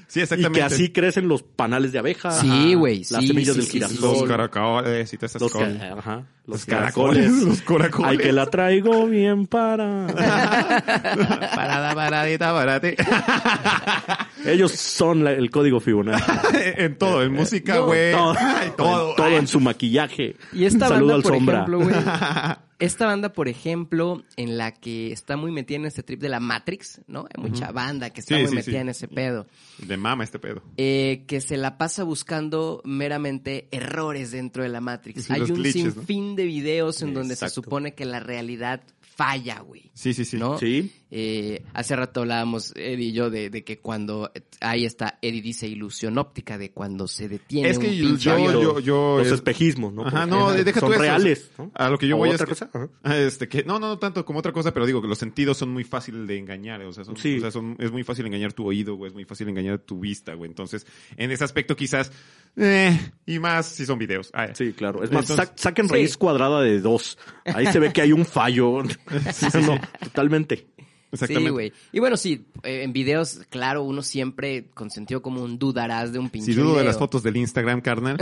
S5: Sí,
S6: y
S5: exactamente.
S6: que así crecen los panales de abeja.
S3: Sí, güey,
S6: Las
S3: sí,
S6: semillas
S3: sí,
S6: del
S3: sí,
S5: los
S6: girasol.
S5: caracoles y todas esas
S6: los, ca-
S5: cosas.
S6: ajá, los
S5: Los caracoles,
S6: caracoles.
S5: los caracoles.
S6: Ay, que la traigo bien para.
S5: Parada, paradita, parate.
S6: Ellos son la- el código Fibonacci.
S5: en todo, en música,
S3: No,
S5: Ah, güey.
S6: Eh, todo,
S5: Ay, todo. ah.
S6: todo en su maquillaje.
S3: Y esta
S6: Un saludo
S3: banda,
S6: al
S3: por
S6: sombra.
S3: ejemplo, güey, esta banda, por ejemplo, en la que está muy metida en este trip de la Matrix, ¿no? Hay mucha banda que está
S5: Sí,
S3: muy
S5: sí,
S3: metida
S5: sí.
S3: en ese pedo.
S5: De mama este pedo.
S3: eh, que se la pasa buscando meramente errores dentro de la Matrix.
S5: Sí,
S3: Hay
S5: los
S3: un
S5: glitches,
S3: sinfín de videos en donde se
S6: Exacto.
S3: supone que la realidad falla, güey.
S5: Sí, sí, sí.
S3: ¿No?
S6: Sí.
S3: Eh, hace rato hablábamos, Eddie y yo, de, de que cuando ahí está, Eddie dice ilusión óptica de cuando se detiene.
S5: Es que
S3: un
S5: yo-
S3: pinche
S5: yo-
S3: avión.
S5: yo- yo-
S6: los
S5: es-
S6: espejismos, ¿no?
S5: Ajá,
S6: Por
S5: no,
S6: ejemplo.
S5: deja
S6: son
S5: tú eso.
S6: reales. ¿no?
S5: A lo que yo
S6: ¿O
S5: voy es
S6: otra
S5: que-
S6: cosa? Ajá.
S5: Ah, Este, que, no, no, no tanto como otra cosa, pero digo que los sentidos son muy fáciles de engañar. O sea, son-
S6: Sí.
S5: o sea, son- es muy fácil engañar tu oído, güey. Es muy fácil engañar tu vista, güey. Entonces, en ese aspecto quizás... eh, y más si son videos. Ah,
S6: Sí, claro. Es más,
S5: Entonces-
S6: sa- saquen
S3: sí.
S6: raíz cuadrada de dos. Ahí se ve que hay un fallo. No, totalmente.
S5: Exactamente.
S3: Sí, güey. Y bueno, sí, eh, en videos, claro, uno siempre con sentido común dudarás de un pinche
S5: Si dudo de
S3: video.
S5: las fotos del Instagram, carnal.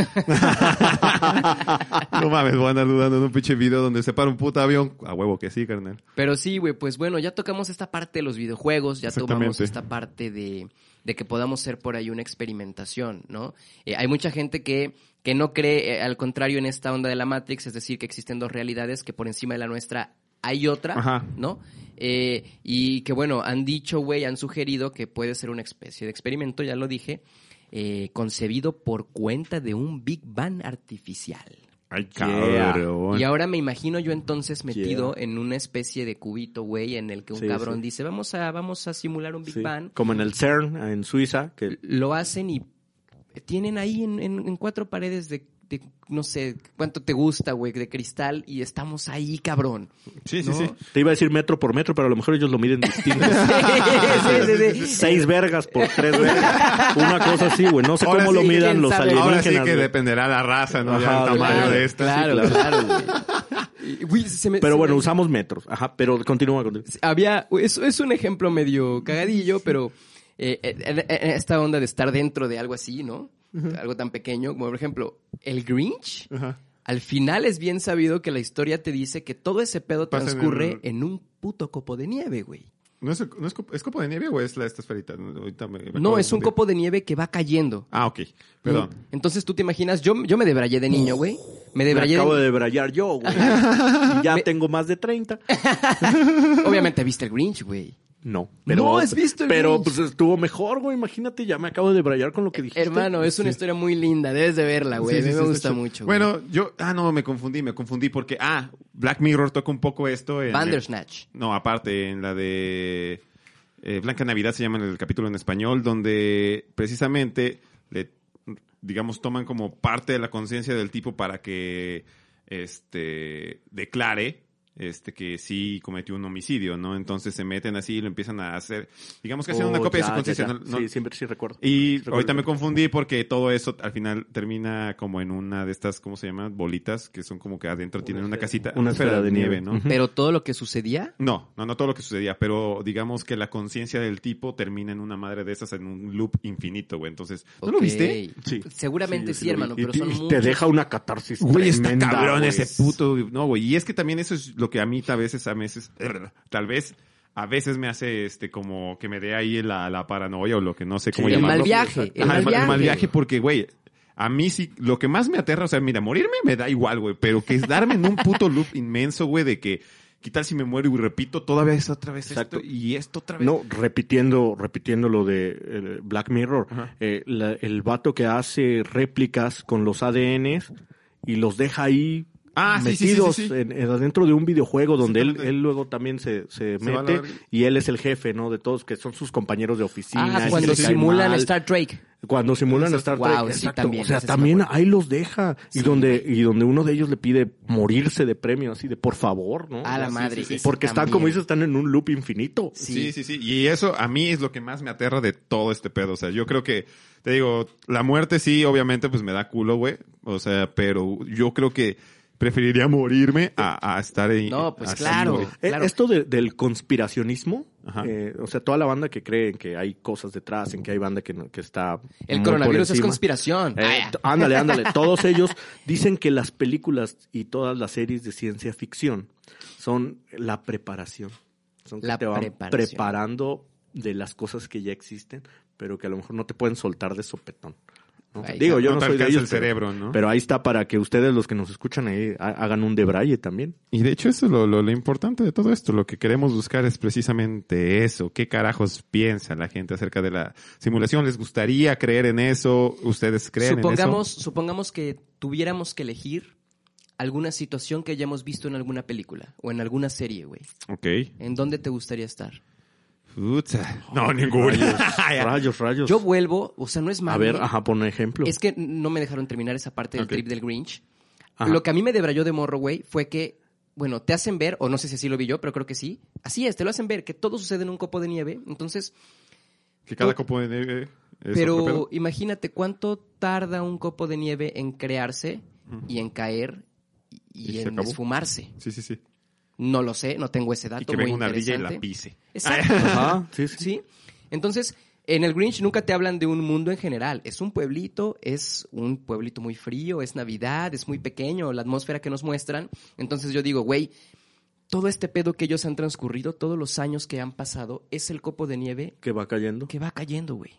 S5: no mames, voy a andar dudando de un pinche video donde se para un puto avión. A huevo que sí, carnal.
S3: Pero sí, güey, pues bueno, ya tocamos esta parte de los videojuegos, ya tomamos
S5: Exactamente.
S3: esta parte de, de que podamos ser por ahí una experimentación, ¿no? Eh, hay mucha gente que, que no cree, eh, al contrario, en esta onda de la Matrix, es decir, que existen dos realidades, que por encima de la nuestra hay otra,
S5: Ajá.
S3: ¿no? Eh, y que bueno, han dicho, güey, han sugerido que puede ser una especie de experimento, ya lo dije, eh, concebido por cuenta de un Big Bang artificial.
S5: Ay,
S6: Yeah.
S5: cabrón.
S3: Y ahora me imagino yo entonces metido en una especie de cubito, güey, en el que un
S6: Sí,
S3: cabrón
S6: sí.
S3: dice, vamos a, vamos a simular un Big
S6: Sí.
S3: Bang.
S6: Como en el CERN, en Suiza, que
S3: Lo hacen y tienen ahí en, en- en cuatro paredes de, de, no sé, cuánto te gusta, güey, de cristal y estamos ahí, cabrón.
S5: Sí, sí,
S3: ¿no?
S5: sí.
S6: te iba a decir metro por metro, pero a lo mejor ellos lo miden distinto.
S3: Sí, sí, sí.
S6: Seis vergas por tres vergas. Una cosa así, güey. No sé
S5: Ahora
S6: cómo
S5: sí,
S6: lo midan
S3: quién
S6: los
S3: sabe.
S6: alienígenas.
S5: Ahora sí que
S6: güey.
S5: dependerá la raza, ¿no? Ya
S6: Ajá,
S5: el tamaño
S3: claro,
S5: de esta.
S3: Claro,
S6: sí,
S3: claro. güey. Y, güey, se me-
S6: Pero
S3: se
S6: bueno,
S3: me-
S6: usamos metros. Ajá, pero continúa. continúa.
S3: había, es, es un ejemplo medio cagadillo, pero eh, eh, eh, eh, esta onda de estar dentro de algo así, ¿no? Algo tan pequeño, como por ejemplo, el Grinch Al final es bien sabido que la historia te dice que todo ese pedo
S5: Pasa en
S3: transcurre
S5: el-
S3: en, un puto copo de nieve, güey.
S5: ¿No es, no es, copo, ¿es copo de nieve o es la, esta esferita? No, ahorita me- me acabo
S3: No,
S5: de
S3: es un
S5: confundir.
S3: copo Mm. de nieve que va cayendo.
S5: Ah, ok. Perdón.
S3: Entonces tú te imaginas, yo, yo me debrayé de niño, güey. Me
S6: Me
S3: debrayé de-
S6: acabo de debrayar yo, güey. Y ya tengo más de 30.
S3: Obviamente viste el Grinch, güey.
S6: No. Pero,
S3: No has visto el
S6: Pero
S3: Grinch.
S6: pues estuvo mejor, güey. Imagínate, ya me acabo de debrayar con lo que dijiste.
S3: Hermano, es una historia muy linda, debes de verla, Ah, güey.
S5: Sí,
S3: A mí
S5: sí,
S3: me
S5: sí,
S3: gusta
S5: está chido.
S3: mucho. güey.
S5: Bueno, yo. Ah, no, me confundí, me confundí porque. Ah, Black Mirror toca un poco esto. En
S3: Bandersnatch.
S5: no, aparte, en la de. eh, Blanca Navidad se llama en el capítulo en español, donde precisamente le. Digamos, toman como parte de la conciencia del tipo para que. Este. Declare. Este que sí cometió un homicidio, ¿no? Entonces se meten así y lo empiezan a hacer. Digamos que hacen una
S6: Oh,
S5: copia de
S6: ya,
S5: su
S6: ya,
S5: conciencia.
S6: ya.
S5: ¿no? No-
S6: Sí, siempre sí recuerdo.
S5: y
S6: Recuerdo,
S5: ahorita me
S6: recuerdo.
S5: confundí porque todo eso al final termina como en una de estas, ¿cómo se llaman? Bolitas, que son como que adentro tienen una casita.
S6: Una esfera de nieve,
S5: ¿no?
S6: ujú.
S3: Pero todo lo que sucedía,
S5: No, no, no todo lo que sucedía, pero digamos que la conciencia del tipo termina en una madre de esas, en un loop infinito, güey. Entonces, ¿no lo
S3: Ok.
S5: viste?
S6: Sí.
S3: seguramente sí,
S6: lo vi.
S3: hermano,
S6: Y
S3: pero
S6: te-
S3: son
S6: y
S3: muchos.
S6: te deja una catarsis
S5: Güey, está
S6: tremenda,
S5: cabrón
S6: güey.
S5: ese puto. No, güey. Y es que también eso es lo que a mí a veces, a veces, tal vez, a veces me hace este como que me dé ahí la, la paranoia o lo que no sé cómo
S3: el
S5: llamarlo.
S3: mal viaje. El
S5: Ajá,
S3: mal viaje.
S5: porque, güey, a mí sí, lo que más me aterra, o sea, mira, morirme me da igual, güey, pero que es darme en un puto loop inmenso, güey, de que, ¿qué tal si me muero y repito toda vez, otra vez
S6: Exacto.
S5: esto y esto otra vez?
S6: No, repitiendo, repitiendo lo de eh, Black Mirror,
S5: Ajá.
S6: eh, la- el vato que hace réplicas con los ADNs y los deja ahí
S5: Ah, sí, sí, sí,
S6: metidos
S5: sí, sí.
S6: en- en- adentro de un videojuego donde él,
S5: Exactamente.
S6: él luego también se, se
S5: Se va a
S6: mete
S5: la verga.
S6: y él es el jefe, ¿no? De todos, que son sus compañeros de oficina. y
S3: ah,
S6: que
S3: cuando
S6: le caen
S3: simulan
S6: mal.
S3: Star Trek.
S6: Cuando simulan a Star Trek.
S3: Wow, sí,
S6: exacto.
S3: también,
S6: o sea,
S3: ese sí me
S6: también
S3: acuerdo.
S6: ahí los deja. Y donde y donde uno de ellos le pide morirse de premio, así de por favor, ¿no?
S3: A la madre. ese
S6: Porque están,
S3: también.
S6: como dices, están en un loop infinito.
S5: Sí, sí, sí. Y eso a mí es lo que más me aterra de todo este pedo. O sea, yo creo que, te digo, la muerte sí, obviamente, pues me da culo, güey. O sea, pero yo creo que preferiría morirme a, a estar ahí.
S3: No, pues
S5: así,
S3: claro.
S5: güey.
S6: Eh,
S3: claro.
S6: Esto de- del conspiracionismo,
S5: Ajá.
S6: eh, o sea, toda la banda que cree en que hay cosas detrás, en que hay banda que, no- que está...
S3: El
S6: muy
S3: coronavirus
S6: por
S3: es
S6: encima.
S3: conspiración.
S6: Eh,
S3: Ah,
S6: t- ándale, ándale. Todos ellos dicen que las películas y todas las series de ciencia ficción son la preparación. Son que
S3: La
S6: te van
S3: preparación.
S6: preparando de las cosas que ya existen, pero que a lo mejor no te pueden soltar de sopetón. ¿no?
S3: Ahí
S6: Digo,
S5: está.
S6: yo
S5: No
S6: no,
S5: te
S6: soy de
S5: alcanza
S6: ellos,
S5: el
S6: pero-
S5: cerebro, ¿no?
S6: pero ahí está para que ustedes, los que nos escuchan ahí, ha- hagan un debraye también.
S5: Y de hecho eso es lo, lo, lo importante de todo esto. Lo que queremos buscar es precisamente eso. ¿Qué carajos piensa la gente acerca de la simulación? ¿Les gustaría creer en eso? ¿Ustedes creen
S3: supongamos, supongamos que tuviéramos que elegir alguna situación que hayamos visto en alguna película o en alguna serie, güey.
S5: en eso?
S3: ¿En dónde te gustaría estar?
S5: Ok. Puta. No, ninguna.
S6: Rayos, rayos.
S3: Yo vuelvo, o sea, no es malo.
S6: A ver, ajá, pon un ejemplo.
S3: Es que no me dejaron terminar esa parte del
S5: Ok.
S3: trip del Grinch.
S6: Ajá.
S3: Lo que a mí me debrayó de morro, güey, fue que, bueno, te hacen ver, o no sé si así lo vi yo, pero creo que sí. Así es, te lo hacen ver, que todo sucede en un copo de nieve. Entonces,
S5: que cada copo de nieve es otro
S3: pero
S5: pedo.
S3: imagínate cuánto tarda un copo de nieve en crearse y en caer y, y
S5: Y se
S3: en
S5: acabó.
S3: esfumarse.
S5: Sí, sí, sí.
S3: No lo sé, no tengo ese dato.
S5: Y que
S3: muy
S5: venga una ardilla y la
S3: interesante.
S5: pise.
S3: Exacto.
S6: Ajá, sí, sí.
S3: ¿Sí? Entonces, en el Grinch nunca te hablan de un mundo en general. Es un pueblito, es un pueblito muy frío, es Navidad, es muy pequeño, la atmósfera que nos muestran. Entonces yo digo, güey, todo este pedo que ellos han transcurrido, todos los años que han pasado, es el copo de nieve
S6: Que va cayendo.
S3: que va cayendo, güey.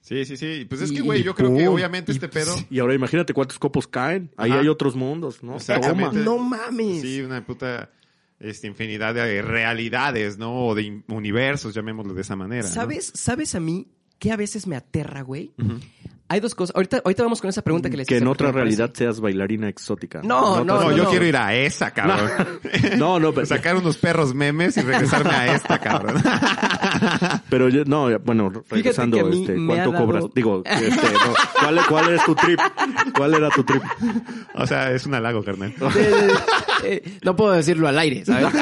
S5: Sí, sí, sí. Pues es
S3: Y-
S5: que, güey, yo creo que obviamente este pedo...
S6: Y ahora imagínate cuántos copos caen. Ahí
S5: Ajá.
S6: hay otros mundos, ¿no?
S5: Exactamente.
S6: Toma.
S3: ¡No mames!
S5: pues Sí, una puta este, infinidad de realidades, ¿no? O de in- universos, llamémoslo de esa manera. ¿no?
S3: ¿Sabes, ¿Sabes a mí que a veces me aterra, güey?
S5: Ujú.
S3: Hay dos cosas. Ahorita, ahorita vamos con esa pregunta que les
S6: Que en
S3: hice,
S6: otra
S3: porque me
S6: realidad
S3: parece-
S6: seas bailarina exótica.
S3: No,
S6: En
S3: no,
S5: No,
S6: otra
S3: no,
S5: yo
S6: realidad.
S5: quiero ir a esa, cabrón.
S6: No, no, pero,
S5: Sacar unos perros memes y regresarme a esta, cabrón.
S6: pero yo, no, bueno, regresando,
S3: que a mí
S6: este,
S3: me
S6: ¿cuánto
S3: ha dado-
S6: cobras? Digo, este, no, ¿cuál, ¿cuál es tu trip? ¿Cuál era tu trip?
S5: O sea, es un halago, carnal.
S3: Eh, eh, no puedo decirlo al aire, ¿sabes?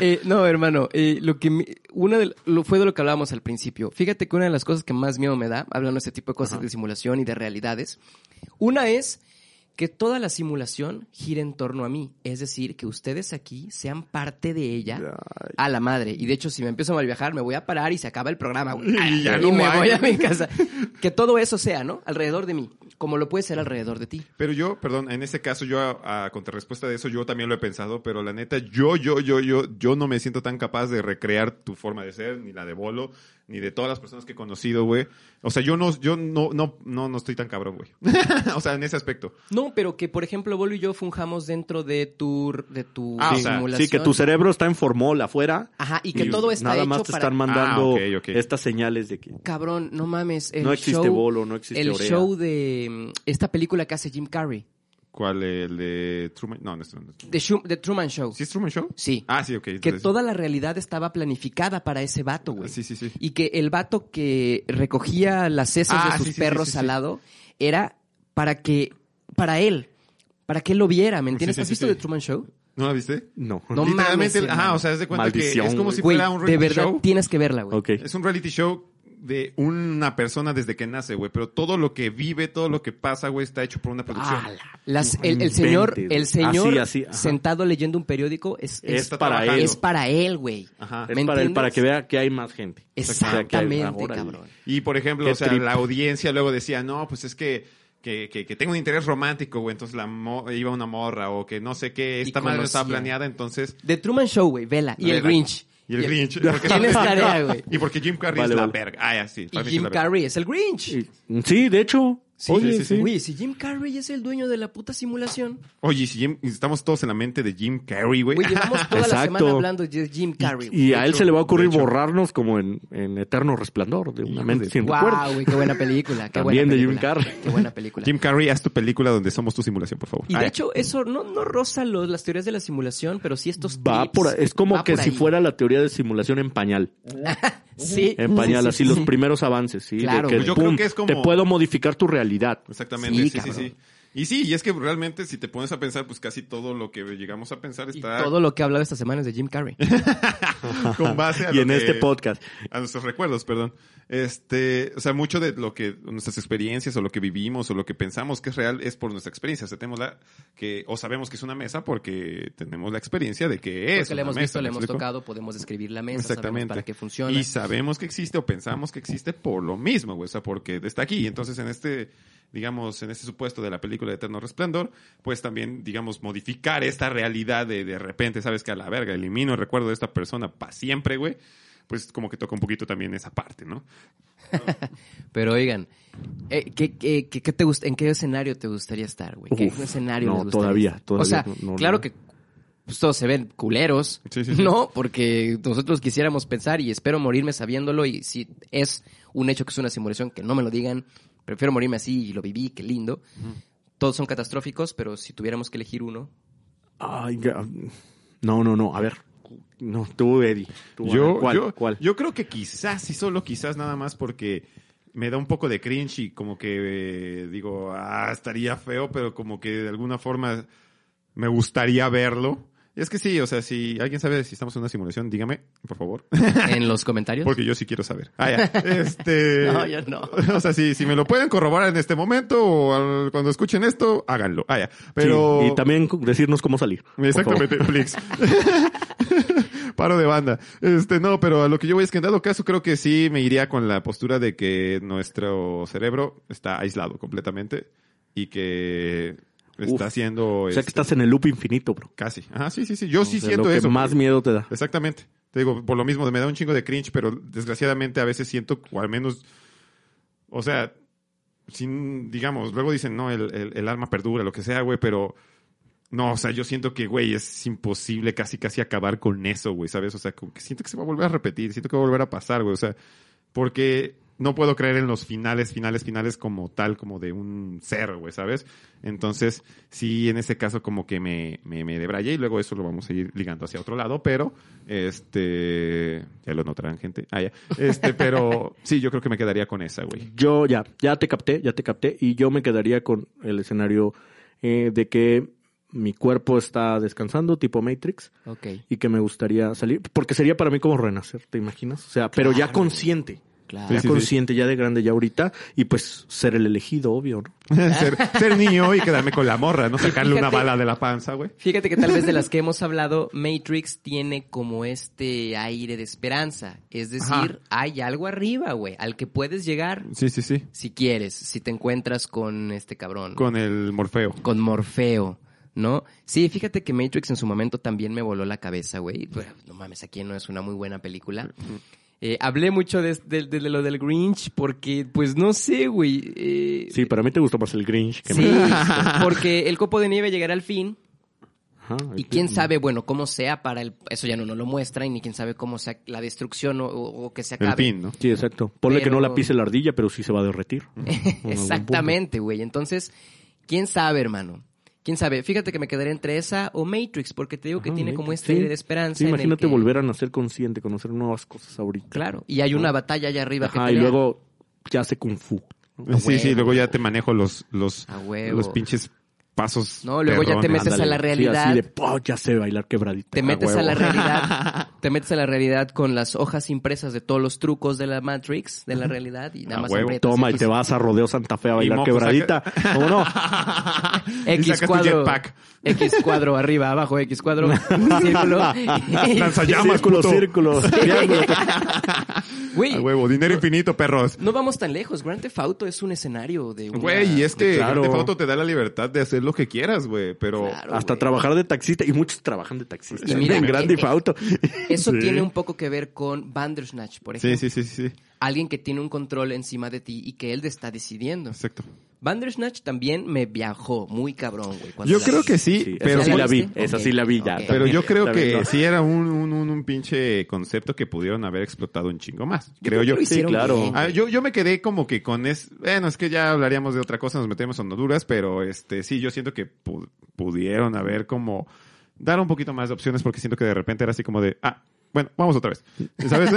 S3: Eh, no, hermano, eh, lo que me- una de, lo, fue de lo que hablábamos al principio. Fíjate que una de las cosas que más miedo me da, hablando de este tipo de cosas de simulación y de realidades, una es que toda la simulación gire en torno a mí, es decir, que ustedes aquí sean parte de ella a la madre. Y de hecho, si me empiezo a mal viajar, me voy a parar y se acaba el programa, güey.
S5: Y ya
S3: Y
S5: no
S3: me
S5: hay.
S3: voy a mi casa. Que todo eso sea, ¿no? Alrededor de mí. como lo puede ser alrededor de ti.
S5: Pero yo, perdón, en ese caso, yo a, a contrarrespuesta de eso, yo también lo he pensado, pero la neta, yo, yo, yo, yo, yo no me siento tan capaz de recrear tu forma de ser, ni la de Bolo, ni de todas las personas que he conocido, güey. O sea, yo no, yo no, no, no, no estoy tan cabrón, güey. o sea, en ese aspecto.
S3: No, pero que por ejemplo Bolo y yo funjamos dentro de tu de tu
S5: Ah, o sea,
S3: simulación.
S6: Sí, que tu cerebro está en formol afuera.
S3: Ajá, y que
S6: y
S3: todo está
S6: Nada
S3: hecho
S6: más te
S3: para
S6: están mandando
S5: Ah, ok, ok.
S6: estas señales de que
S3: cabrón, no mames, el
S6: no existe
S3: show,
S6: bolo, no existe
S3: el
S6: orea.
S3: show de mm, esta película que hace Jim Carrey,
S5: ¿Cuál? ¿El de Truman? No, no es Truman.
S3: The, Shum- The Truman Show.
S5: ¿Sí es Truman Show?
S3: Sí.
S5: Ah, sí, ok.
S3: que
S5: entonces-
S3: toda la realidad estaba planificada para ese vato, güey.
S5: Sí, sí, sí.
S3: Y que el vato que recogía las heces
S5: Ah,
S3: de sus
S5: sí, sí, sí,
S3: perros
S5: sí, sí.
S3: al lado era para que, para él, para que él lo viera, ¿me entiendes?
S5: Sí, sí,
S3: ¿Has
S5: sí,
S3: visto
S5: sí.
S3: The Truman Show?
S6: No.
S5: ¿No la viste?
S6: No.
S3: No mames,
S5: Literalmente,
S3: hermano.
S5: ajá, o sea, es de cuenta
S6: Maldición,
S5: que es como
S6: güey.
S5: si
S3: Güey,
S5: fuera un
S3: de
S5: reality
S3: verdad
S5: show.
S3: tienes que verla, güey.
S6: Ok.
S5: Es un reality show de una persona desde que nace, güey, pero todo lo que vive, todo lo que pasa, güey, está hecho por una producción.
S3: Ah, la- las- el, el
S6: inventes,
S3: señor,
S6: güey.
S3: el señor
S6: Así, así, ajá.
S3: sentado leyendo un periódico es, es-
S6: Es para
S5: trabajando.
S6: él.
S3: es para él, güey.
S5: Ajá.
S3: ¿Me
S6: Es para, el-
S3: entiendes?
S6: para que vea que hay Ah, más gente.
S3: Exactamente,
S6: O sea, que ahora-
S3: cabrón.
S5: Y por ejemplo,
S6: Qué
S5: o sea,
S6: trip.
S5: la audiencia luego decía, no, pues es que, que, que- que tengo un interés romántico, güey, entonces la mo- iba una morra o que no sé qué, esta madre no estaba
S3: conocía.
S5: planeada, entonces...
S3: The Truman Show, güey, vela. Y el
S5: Vela.
S3: Grinch.
S5: Y el Grinch. porque-
S3: Tienes tarea, güey.
S5: Y porque Jim Carrey
S6: Vale,
S5: es la
S6: vale.
S5: verga. Ah, ya, sí.
S3: Y
S5: para mí sí es
S3: Jim
S5: la verga.
S3: Carrey es el Grinch.
S6: Y- Sí, de hecho.
S5: Sí,
S6: Oye,
S5: sí, sí, sí.
S3: Güey, si Jim Carrey es el dueño de la puta simulación,
S5: Oye, si Jim- estamos todos en la mente de Jim Carrey, güey.
S3: güey, llevamos toda la
S6: Exacto.
S3: semana hablando de Jim Carrey.
S6: Y a él se le va a ocurrir
S5: de hecho.
S6: borrarnos como en, en Eterno Resplandor de una mente sin
S3: Wow,
S6: recuerdo.
S3: güey, qué buena película. Qué
S6: También
S3: buena
S6: de Jim
S3: película,
S6: Carrey.
S3: Qué buena película.
S5: Jim Carrey, haz tu película donde somos tu simulación, por favor.
S3: y
S5: Ah,
S3: de hecho, eso no, no roza los- las teorías de la simulación, pero sí estos
S6: Va
S3: tips,
S6: por, es como
S3: va
S6: que
S3: por
S6: si
S3: ahí.
S6: fuera la teoría de simulación en pañal.
S3: Sí.
S6: En pañal,
S3: sí,
S6: así
S3: sí,
S6: los
S3: sí.
S6: primeros avances, sí. de
S3: Claro,
S6: que,
S3: güey.
S5: Yo creo
S6: pum,
S5: que es como-
S6: Te puedo modificar tu realidad.
S3: Sí,
S5: Exactamente, sí, sí, sí,
S3: cabrón.
S5: Y sí, y es que realmente si te pones a pensar, pues casi todo lo que llegamos a pensar
S3: Y
S5: está
S3: todo lo que he hablado esta semana es de Jim Carrey.
S5: con base a
S6: y
S5: lo
S6: en
S5: que-
S6: este podcast.
S5: a nuestros recuerdos, perdón. Este, o sea, mucho de lo que nuestras experiencias o lo que vivimos o lo que pensamos que es real es por nuestra experiencia. O sea, tenemos la que o sabemos que es una mesa porque tenemos la experiencia de que es
S3: Porque le
S5: una
S3: hemos
S5: mesa,
S3: visto, le
S5: ¿me
S3: hemos
S5: explico?
S3: tocado, podemos describir la mesa, sabemos
S5: Exactamente.
S3: para qué funciona.
S5: Y sabemos que existe o pensamos que existe por lo mismo, güey. O sea, porque está aquí. Entonces, en este, digamos, en este supuesto de la película de Eterno Resplandor, pues también, digamos, modificar esta realidad de de repente, sabes que a la verga, elimino el recuerdo de esta persona para siempre, güey. Pues como que toca un poquito también esa parte, ¿no?
S3: Pero oigan, eh, ¿qué, qué, qué- qué te gust- ¿en qué escenario te gustaría estar, güey? ¿Qué
S6: Uf,
S3: escenario
S6: no,
S3: les gustaría
S6: todavía,
S3: estar?
S6: todavía
S3: O sea,
S6: no, no,
S3: claro
S6: no.
S3: que pues, todos se ven culeros,
S5: Sí, sí, sí.
S3: ¿no? Porque nosotros quisiéramos pensar y espero morirme sabiéndolo y si es un hecho que es una simulación, que no me lo digan, prefiero morirme así y lo viví, qué lindo. Todos son catastróficos, pero si tuviéramos que elegir uno,
S6: Ay, ya. No, no, no. A ver. No, tú, Eddie. Tú, a
S5: Yo,
S6: ver, ¿cuál,
S5: yo,
S6: cuál?
S5: yo creo que quizás, y solo quizás nada más porque me da un poco de cringe y como que eh, digo, ah, estaría feo, pero como que de alguna forma me gustaría verlo. Y es que sí, o sea, si alguien sabe si estamos en una simulación, dígame, por favor,
S3: en los comentarios.
S5: porque yo sí quiero saber. Ah, ya. Este,
S3: No, yo no.
S5: O sea, si, si me lo pueden corroborar en este momento o al- cuando escuchen esto, háganlo. Ah, ya. Pero...
S6: Sí, y también cu- decirnos cómo salir. por
S5: Exactamente, Flix. Paro de banda. Este, no, pero a lo que yo voy es que en dado caso creo que sí me iría con la postura de que nuestro cerebro está aislado completamente y que está
S6: Uf.
S5: haciendo...
S6: favor. O sea que
S5: este,
S6: estás en el loop infinito, bro.
S5: Casi. Ah, sí, sí, sí. Yo sí
S6: O sea,
S5: siento
S6: lo que
S5: eso.
S6: más miedo te da.
S5: Exactamente. Te digo, por lo mismo, me da un chingo de cringe, pero desgraciadamente a veces siento, o al menos, o sea, sin, digamos, luego dicen, no, el, el, el alma perdura, lo que sea, güey, pero no, o sea, yo siento que, güey, es imposible casi, casi acabar con eso, güey, ¿sabes? O sea, como que siento que se va a volver a repetir, siento que va a volver a pasar, güey, o sea, porque no puedo creer en los finales, finales, finales como tal, como de un ser, güey, ¿sabes? Entonces, sí, en ese caso como que me, me, me debrayé y luego eso lo vamos a ir ligando hacia otro lado, pero, este, ya lo notarán, gente. Ah, ya. Este, pero, sí, yo creo que me quedaría con esa, güey.
S6: Yo ya, ya te capté, ya te capté. Y yo me quedaría con el escenario eh, de que mi cuerpo está descansando, tipo Matrix,
S3: Ok.
S6: y que me gustaría salir. Porque sería para mí como renacer, ¿te imaginas? O sea, pero ya consciente.
S3: Claro.
S6: ya
S5: Sí, sí, sí.
S6: consciente, ya de grande, ya ahorita, y pues ser el elegido, obvio, ¿no?
S5: ser, ser niño y quedarme con la morra, no sacarle una
S3: Fíjate.
S5: bala de la panza, güey.
S3: Fíjate que tal vez de las que hemos hablado, Matrix tiene como este aire de esperanza. Es decir, hay algo arriba, güey, al que puedes llegar
S5: Sí, sí, sí.
S3: si quieres, si te encuentras con este cabrón, con,
S5: Con el Morfeo.
S3: Morfeo, ¿no? Sí, fíjate que Matrix en su momento también me voló la cabeza, güey. Pero, No mames, aquí no es una muy buena película. Eh, hablé mucho de, de- de- de lo del Grinch porque, pues no sé, güey. eh,
S6: Sí, para mí te gustó más el Grinch que
S3: sí,
S6: me...
S3: porque el copo de nieve llegará al fin
S6: Ajá,
S3: y quién sabe, bueno, cómo sea para el... Eso ya no, no lo muestra y ni quién sabe cómo sea la destrucción o, o- o que se acabe.
S5: El fin, ¿no?
S6: Sí, exacto. Ponle que no
S3: Pero-
S6: la pise la ardilla, pero sí se va a derretir.
S3: Exactamente, güey. Entonces, quién sabe, hermano. Quién sabe. Fíjate que me quedaré entre esa o Matrix, porque te digo que
S6: Ajá,
S3: tiene
S6: neta.
S3: como este
S6: Ah, Sí.
S3: aire de esperanza.
S6: Sí,
S3: en el
S6: imagínate
S3: que-
S6: volver a nacer consciente, conocer nuevas cosas ahorita.
S3: Claro. Y hay una batalla allá arriba que
S6: Ajá, y
S3: pelea.
S6: luego ya hace kung fu.
S5: Sí, sí,
S3: huevo.
S5: luego ya te manejo los, los,
S3: A huevo.
S5: los pinches pasos.
S3: No, luego ya te
S5: perrones.
S3: metes a la
S6: Ándale.
S3: realidad.
S6: Sí, así de, "Po, ya sé bailar quebradita.
S3: Te metes
S5: huevo.
S3: a la realidad. te metes a la realidad con las hojas impresas de todos los trucos de la Matrix, de la realidad, y nada
S5: A
S3: más
S5: huevo.
S3: aprietas
S6: Toma,
S3: y
S6: y te vas a Rodeo Santa Fe a bailar
S5: moco,
S6: quebradita. ¿Cómo no?
S5: Y
S3: X
S5: sacas tu
S3: cuadro.
S5: jetpack.
S3: X cuadro arriba, abajo, X cuadro, círculo.
S5: Lanzallamas,
S6: círculo,
S5: puto.
S6: círculo. triángulo.
S5: A
S3: Güey,
S5: huevo, dinero infinito, perros.
S3: No vamos tan lejos. Grand Theft Auto es un escenario de una-
S5: Güey, y es que
S6: Claro.
S5: Grand Theft Auto te da la libertad de hacer lo que quieras, güey, pero...
S3: Claro,
S6: Hasta
S3: güey.
S6: trabajar de taxista. Y muchos trabajan de taxista.
S3: Y mira,
S6: en
S3: eh,
S6: Grand Theft Auto.
S3: Eso
S6: Sí.
S3: tiene un poco que ver con Bandersnatch, por
S5: Sí,
S3: ejemplo.
S5: sí, sí, sí, sí,
S3: Alguien que tiene un control encima de ti y que él te está decidiendo.
S5: exacto.
S3: Bandersnatch también me viajó muy cabrón, güey. cuando
S5: Yo
S3: la
S5: creo
S3: vi.
S5: que sí,
S6: Sí,
S5: pero...
S6: esa sí
S3: ¿Ya
S6: la vi.
S3: viste?
S6: Esa
S3: Ok,
S6: sí la vi ya.
S3: ok.
S6: también.
S5: Pero yo creo
S6: También,
S5: que
S6: ¿no?
S5: sí era un, un, un- un pinche concepto que pudieron haber explotado un chingo más. Creo yo.
S3: que lo
S6: Sí,
S3: hicieron
S6: claro.
S3: bien, güey.
S5: Ah, yo, yo me quedé como que con es, bueno, es que ya hablaríamos de otra cosa, nos metemos en Honduras, pero este, sí, yo siento que pu- pudieron haber como dar un poquito más de opciones porque siento que de repente era así como de, ah, bueno, vamos otra vez. ¿Sabes?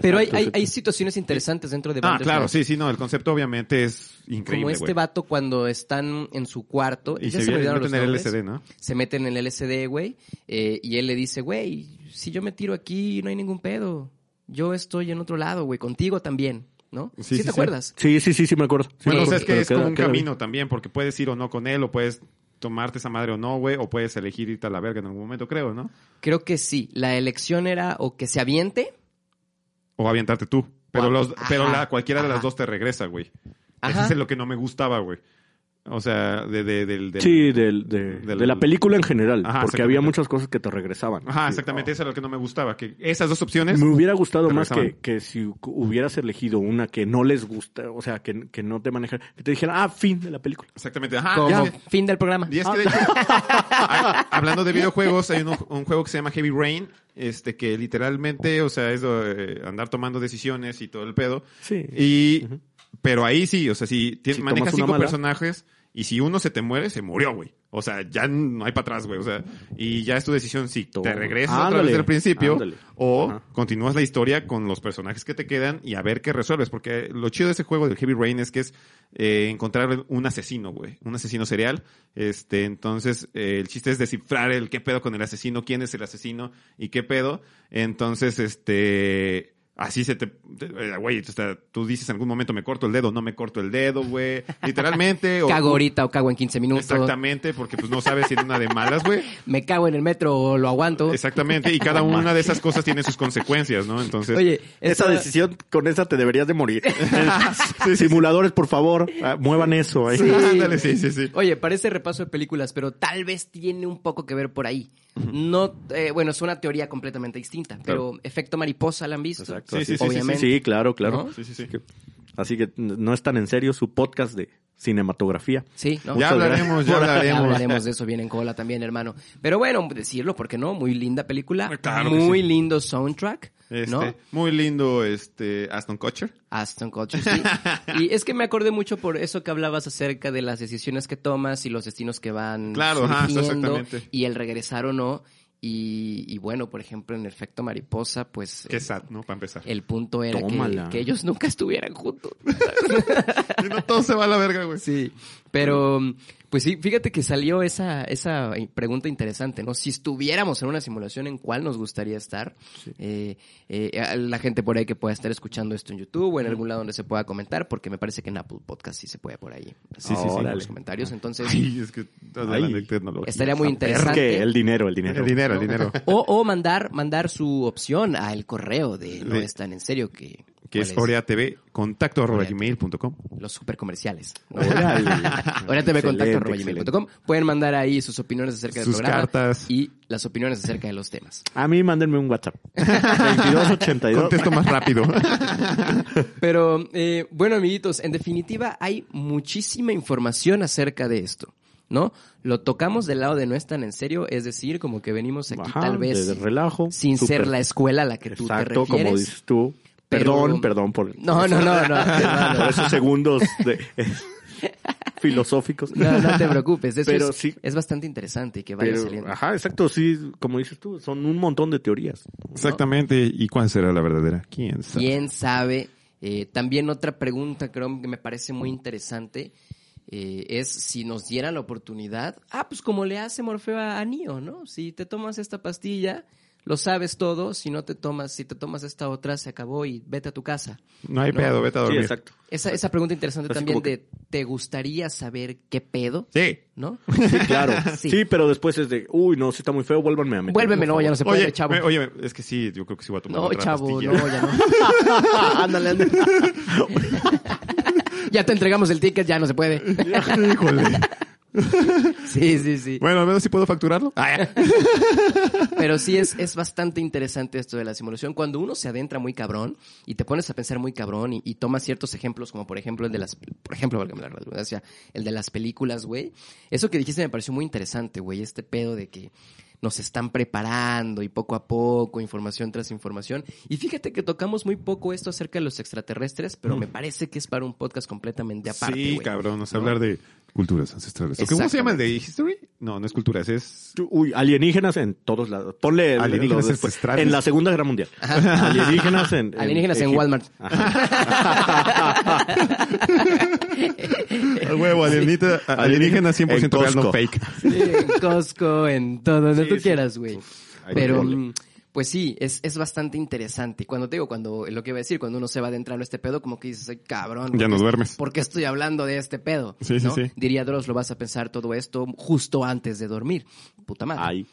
S3: Pero hay, hay, hay situaciones interesantes dentro de
S5: ah,
S3: Bandersnatch.
S5: claro, sí, sí, no, el concepto obviamente es increíble.
S3: Como este
S5: güey.
S3: vato cuando están en su cuarto.
S5: Y
S3: ya
S5: se,
S3: me
S5: viene
S3: olvidaron
S5: meten
S3: los
S5: el
S3: nombres.
S5: LCD, ¿no?
S3: se mete en el LSD, güey, eh, y él le dice, güey, si yo me tiro aquí no hay ningún pedo. Yo estoy en otro lado, güey, contigo también, ¿no?
S5: Sí,
S3: Sí,
S5: sí, sí.
S3: te acuerdas.
S6: Sí, sí, sí, sí, me acuerdo. Sí,
S5: bueno, o
S6: me
S5: sea,
S6: acuerdo,
S5: es que
S6: pero
S5: es como
S6: queda-
S5: un
S6: queda bien.
S5: camino también, porque puedes ir o no con él, o puedes tomarte esa madre o no, güey, o puedes elegir irte a la verga en algún momento, creo, ¿no?
S3: Creo que sí. La elección era o que se aviente.
S5: O avientarte tú. Pero,
S3: Cuatro.
S5: los, pero
S3: Ajá,
S5: la, cualquiera de las
S3: ajá.
S5: dos te regresa, güey.
S3: Ajá.
S5: Ese es lo que no me gustaba, güey. O sea, de, de, del, del-
S6: Sí, del- de,
S5: del-
S6: de la película en general,
S5: Ajá,
S6: porque había
S5: exactamente.
S6: muchas cosas que te regresaban.
S5: Ajá,
S6: Sí.
S3: Oh.
S5: exactamente, eso es lo que no me gustaba. Que esas dos opciones.
S6: Me hubiera gustado
S5: te
S6: más que,
S5: regresaban.
S6: que si hubieras elegido una que no les gusta, o sea, que, que no te manejan, que te dijeran, ah, fin de la película.
S5: Exactamente. Ajá,
S3: como
S5: ya.
S3: fin del programa.
S5: Y es que, de hecho, hay- hablando de videojuegos, hay un, un juego que se llama Heavy Rain, este que literalmente, o sea, es eh, andar tomando decisiones y todo el pedo.
S6: Sí.
S5: Y, pero ahí sí, o sea, si, tien-
S6: Si
S5: manejas
S6: tomas una
S5: cinco
S6: mala.
S5: personajes y si uno se te muere, se murió, güey. O sea, ya no hay para atrás, güey. O sea, y ya es tu decisión si te
S6: Todo.
S5: regresas otra
S6: Ándale,
S5: vez del principio
S6: ándale.
S5: o
S6: Ajá.
S5: continúas la historia con los personajes que te quedan y a ver qué resuelves. Porque lo chido de ese juego del Heavy Rain es que es eh, encontrar un asesino, güey. Un asesino serial. Este, entonces, eh, el chiste es descifrar el qué pedo con el asesino, quién es el asesino y qué pedo. Entonces, este. Así se te... te- eh, Güey, o sea, tú dices en algún momento me corto el dedo, no me corto el dedo, güey. Literalmente. o-
S3: Cago ahorita o cago en 15 minutos.
S5: Exactamente, porque pues no sabes si es una de malas, güey.
S3: Me cago en el metro o lo aguanto.
S5: Exactamente, y cada una de esas cosas tiene sus consecuencias, ¿no? Entonces,
S3: Oye,
S6: Esa
S3: esa-
S6: decisión, con esa te deberías de morir. Simuladores, por favor, ah, muevan eso. ahí.
S5: Sí. Ándale, sí, sí, sí.
S3: Oye, parece repaso de películas, pero tal vez tiene un poco que ver por ahí. No, eh, bueno, es una teoría completamente distinta, pero efecto mariposa la han visto.
S6: Exacto,
S5: Sí, sí,
S6: así es.
S5: sí, sí, sí.
S3: Obviamente.
S6: Sí, claro, claro.
S3: ¿No?
S5: Sí, sí, sí.
S6: Así que no es tan en serio su podcast de cinematografía.
S3: Sí, ¿no?
S5: ya
S6: Muchas
S5: hablaremos, ya
S3: Ya
S5: hablaremos.
S3: hablaremos de eso bien en cola también, hermano. Pero bueno, decirlo, ¿por qué no? Muy linda película.
S5: Ah, Claro que
S3: muy
S5: sí.
S3: lindo soundtrack,
S5: Este,
S3: ¿no?
S5: Muy lindo, este, Aston Kutcher.
S3: Aston Kutcher, sí. Y es que me acordé mucho por eso que hablabas acerca de las decisiones que tomas y los destinos que van
S5: Claro, ajá,
S3: surgiendo
S5: exactamente.
S3: y el regresar o no. Y, y bueno, por ejemplo, en Efecto Mariposa, pues...
S5: Qué sad, ¿no? Para empezar.
S3: El punto era que,
S6: Tómala.
S3: que ellos nunca estuvieran juntos.
S5: Y no todo se va a la verga, güey.
S3: Sí. Pero, Pues sí, fíjate que salió esa, esa pregunta interesante, ¿no? Si estuviéramos en una simulación, ¿en cuál nos gustaría estar? Eh, eh, a la gente por ahí que pueda estar escuchando esto en YouTube o en algún lado donde se pueda comentar, porque me parece que en Apple Podcast sí se puede por ahí.
S5: Sí, sí, sí.
S3: En
S5: Órale.
S3: los comentarios, entonces
S5: Ay, es que estás
S6: Ay.
S5: hablando de tecnología.
S3: estaría muy
S6: Es que
S3: interesante.
S6: el dinero, el dinero.
S5: El dinero, el dinero.
S3: O, o mandar, mandar su opción al correo de no
S5: De-
S3: es tan en serio que,
S5: que
S3: ¿cuál
S5: es Orea TV, contacto arroba gmail.com.
S3: los supercomerciales. ¿no?
S6: Órale.
S3: Ahora te me
S6: Excelente,
S3: contacto gmail.com. Pueden mandar ahí sus opiniones acerca del
S5: Sus
S3: programa
S5: cartas.
S3: y las opiniones acerca de los temas.
S6: A mí mándenme un WhatsApp. 2282.
S5: Contesto más rápido.
S3: Pero eh, bueno, amiguitos, en definitiva hay muchísima información acerca de esto, ¿no? Lo tocamos del lado de no es tan en serio, es decir, como que venimos aquí
S6: Ajá,
S3: tal vez
S6: de relajo.
S3: sin
S6: Súper.
S3: ser la escuela a la que tú
S6: Exacto,
S3: te refieres.
S6: como dices tú.
S3: pero-
S6: Perdón, perdón por,
S3: No, no, no, no. no,
S6: por
S3: no.
S6: esos segundos de- eh, filosóficos.
S3: No, no te preocupes, eso
S6: Pero
S3: es,
S6: sí.
S3: es bastante interesante que vaya
S6: Pero,
S3: saliendo.
S6: ajá, exacto, sí, como dices tú, son un montón de teorías.
S5: Exactamente. ¿Y cuál será la verdadera? ¿Quién sabe?
S3: ¿Quién sabe? Eh, también otra pregunta, creo que me parece muy interesante, eh, es si nos dieran la oportunidad, ah, pues como le hace Morfeo a Neo, ¿no? Si te tomas esta pastilla, lo sabes todo, si no te tomas, si te tomas esta otra, se acabó y vete a tu casa.
S5: No hay pedo, vete a
S6: Sí,
S5: dormir.
S6: exacto.
S3: Esa, esa pregunta interesante
S6: Así
S3: también
S6: como que-
S3: de, ¿te gustaría saber qué pedo?
S5: Sí.
S3: ¿No?
S6: Sí, claro.
S3: Sí.
S6: sí. pero después es de, uy, no, sí está muy feo, vuélvanme a meter.
S3: Vuélveme, no, ya no se puede,
S5: Oye,
S3: chavo.
S5: me- oye, es que sí, yo creo que sí voy a tomar
S3: No,
S5: otra
S3: chavo,
S5: pastilla.
S3: no, ya no. ándale, ándale. ya te entregamos el ticket, ya no se puede.
S5: Híjole.
S3: Sí, sí, sí.
S5: Bueno, al menos sí puedo facturarlo. Ah, ya.
S3: Pero sí es, es bastante interesante esto de la simulación. Cuando uno se adentra muy cabrón y te pones a pensar muy cabrón y, y tomas ciertos ejemplos, como por ejemplo el de las, por ejemplo, válgame la redundancia, el de las películas, güey. Eso que dijiste me pareció muy interesante, güey. Este pedo de que nos están preparando y poco a poco, información tras información. Y fíjate que tocamos muy poco esto acerca de los extraterrestres, pero me parece que es para un podcast completamente aparte,
S5: Mm. sí,
S3: güey.
S5: cabrón, nos hablar de culturas ancestrales. ¿O qué- ¿Cómo se llama el de history? No, no es culturas, es
S6: Tú, Uy, alienígenas en todos lados. Ponle el-
S5: Alienígenas
S6: lo después.
S5: ancestrales.
S6: En la Segunda Guerra Mundial. Alienígenas en.
S3: Alienígenas en
S6: Egipto.
S3: Walmart.
S5: El huevo, alienita, alienígena 100%
S6: En
S5: real, no
S6: Costco.
S5: fake.
S3: Sí, en Costco, en todo, donde
S6: Sí,
S3: tú
S6: sí.
S3: quieras, güey.
S6: ahí
S3: Pero,
S6: ponle.
S3: mm, pues sí, es, es bastante interesante. Cuando te digo, cuando, eh, lo que iba a decir, cuando uno se va adentrando a este pedo, como que dices, ay, cabrón.
S5: Ya
S3: ¿por
S5: no
S3: qué-
S5: duermes.
S3: ¿Por qué estoy hablando de este pedo?
S5: Sí, sí,
S3: ¿No?
S5: sí.
S3: Diría Dross, lo vas a pensar todo esto justo antes de dormir. Puta madre.
S6: Ay.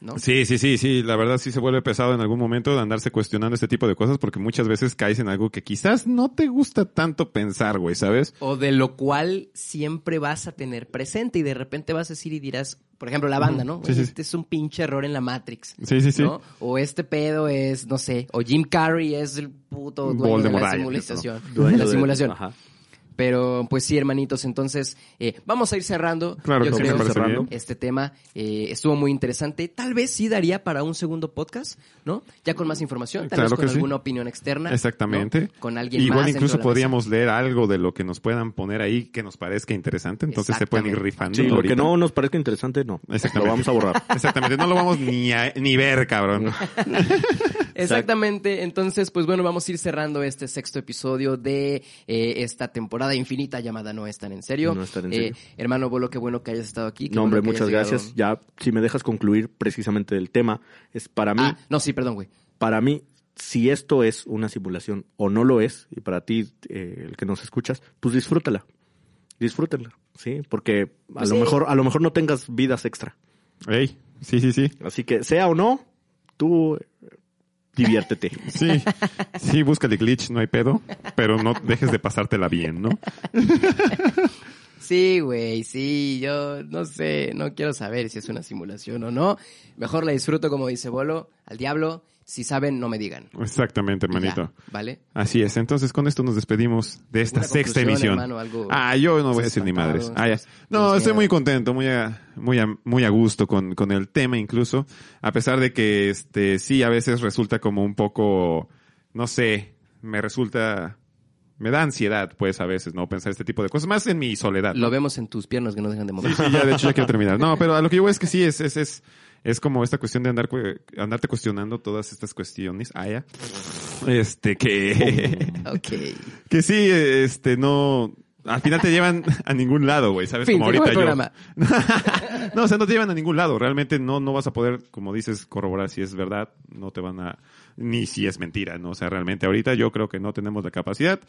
S3: ¿no?
S5: Sí, sí, sí, sí. La verdad sí se vuelve pesado en algún momento de andarse cuestionando este tipo de cosas porque muchas veces caes en algo que quizás no te gusta tanto pensar, güey, ¿sabes?
S3: O de lo cual siempre vas a tener presente y de repente vas a decir y dirás, por ejemplo, la banda, ¿no?
S5: Sí, sí,
S3: Este es un pinche error en la Matrix.
S5: Sí, sí, sí.
S3: ¿no? O este pedo es, no sé, o Jim Carrey es el puto dueño
S5: Voldemort,
S3: de la
S5: ay,
S3: simulación.
S6: Dueño
S3: de la
S6: de-
S3: simulación.
S6: Ajá.
S3: Pero pues sí, hermanitos, entonces eh, vamos a ir cerrando.
S5: Claro
S3: Yo
S5: que sí,
S3: creo
S5: me parece
S3: cerrando.
S5: bien.
S3: este tema eh, estuvo muy interesante. Tal vez sí daría para un segundo podcast, ¿no? Ya con más información, tal
S5: Claro
S3: vez con
S5: que sí.
S3: alguna opinión externa.
S5: Exactamente.
S3: ¿no? Con alguien
S5: Igual
S3: más.
S5: incluso
S3: podríamos
S5: podríamos leer algo de lo que nos puedan poner ahí que nos parezca interesante, entonces se pueden ir
S3: Exactamente.
S5: rifando.
S6: Sí, lo
S5: ahorita.
S6: que no nos parezca interesante, no. Lo
S5: Exactamente.
S6: vamos a borrar.
S5: Exactamente, no lo vamos ni, a- ni ver, cabrón.
S3: Exactamente. Entonces, pues bueno, vamos a ir cerrando este sexto episodio de eh, esta temporada infinita llamada No es tan en serio.
S6: No es tan en
S3: Eh,
S6: serio.
S3: hermano Bolo, qué bueno que hayas estado aquí. qué
S6: No, hombre,
S3: bueno que
S6: muchas
S3: hayas
S6: gracias.
S3: llegado.
S6: Ya, si me dejas concluir precisamente del tema, es para mí,
S3: Ah, no, sí, perdón, güey.
S6: para mí, si esto es una simulación o no lo es, y para ti, eh, el que nos escuchas, pues disfrútala. Disfrútala, ¿sí? Porque a
S3: Pues
S6: lo mejor, a lo mejor no tengas vidas extra.
S5: Ey, sí, sí, sí.
S6: Así que, sea o no, tú eh, diviértete.
S5: Sí, sí, búscale glitch, no hay pedo, pero no dejes de pasártela bien, ¿no?
S3: Sí, güey, sí, yo no sé, no quiero saber si es una simulación o no. Mejor la disfruto, como dice Bolo, al diablo. Si saben, no me digan.
S5: Exactamente,
S3: Y ya,
S5: hermanito.
S3: ¿Vale?
S5: Así es, entonces con esto nos despedimos de esta
S3: ¿Alguna
S5: sexta
S3: conclusión,
S5: emisión.
S3: hermano? Algo-
S5: ah, yo no voy
S3: ¿Estás
S5: a decir ni
S3: espantado?
S5: madres. Ah, ya.
S3: ¿Estás-
S5: No,
S3: tienes
S5: estoy
S3: miedo?
S5: muy contento, muy a, muy a, muy a gusto con, con el tema incluso, a pesar de que este sí a veces resulta como un poco, no sé, me resulta, me da ansiedad pues a veces, ¿no? Pensar este tipo de cosas, más en mi soledad.
S3: Lo vemos en tus piernas que no dejan de mover.
S5: Sí, sí, ya de hecho ya quiero terminar. No, pero a lo que yo voy es que sí, es, es, es, es como esta cuestión de andar, cu- andarte cuestionando todas estas cuestiones. Ah, ya. Este, que,
S3: Ok.
S5: que sí, este, no, al final te llevan a ningún lado, güey, ¿sabes?
S3: Fin,
S5: como
S3: se
S5: ahorita
S3: acabó
S5: yo.
S3: el
S5: no, o sea, no te llevan a ningún lado. Realmente no, no vas a poder, como dices, corroborar si es verdad. No te van a... Ni si es mentira, ¿no? O sea, realmente ahorita yo creo que no tenemos la capacidad,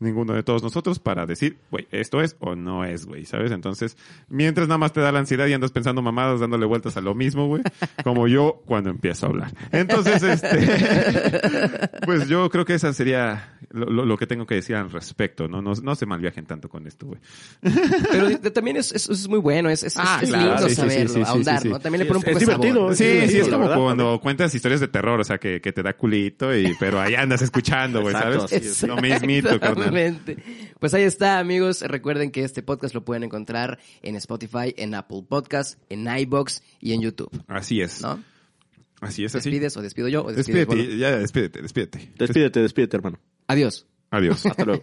S5: ninguno de todos nosotros, para decir, güey, esto es o no es, güey, ¿sabes? Entonces, mientras nada más te da la ansiedad y andas pensando mamadas, dándole vueltas a lo mismo, güey, como yo cuando empiezo a hablar. Entonces, este... Pues yo creo que esa sería lo, lo- lo que tengo que decir al respecto, ¿no? No, no se malviajen tanto con esto, güey.
S3: Pero de- también es, es- es muy bueno, es, es,
S6: Ah,
S3: es
S6: claro,
S3: lindo
S5: sí, sí, sí,
S3: saberlo,
S5: sí, sí,
S3: ahondar,
S5: sí.
S3: ¿no? También le
S6: Sí,
S3: pone un
S6: es-
S3: poco
S6: es
S3: de sabor.
S6: divertido,
S3: ¿no?
S6: Sí,
S5: Sí, sí,
S6: divertido,
S5: es
S6: la
S5: como
S6: verdad.
S5: cuando cuentas historias de terror, o sea, que, que te da culito y pero ahí andas escuchando, güey,
S6: Exacto,
S5: ¿sabes?
S6: así es.
S5: Lo mismito, carnal.
S3: Exactamente. Pues ahí está, amigos. Recuerden que este podcast lo pueden encontrar en Spotify, en Apple Podcast, en iBox y en YouTube.
S5: Así es.
S3: ¿No?
S5: Así es, así.
S3: ¿Despides o despido yo? O despides,
S5: Despídete,
S3: bueno.
S5: ya, despídete, despídete.
S6: pues, Despídete, despídete, hermano.
S3: Adiós.
S5: Adiós.
S6: Hasta luego.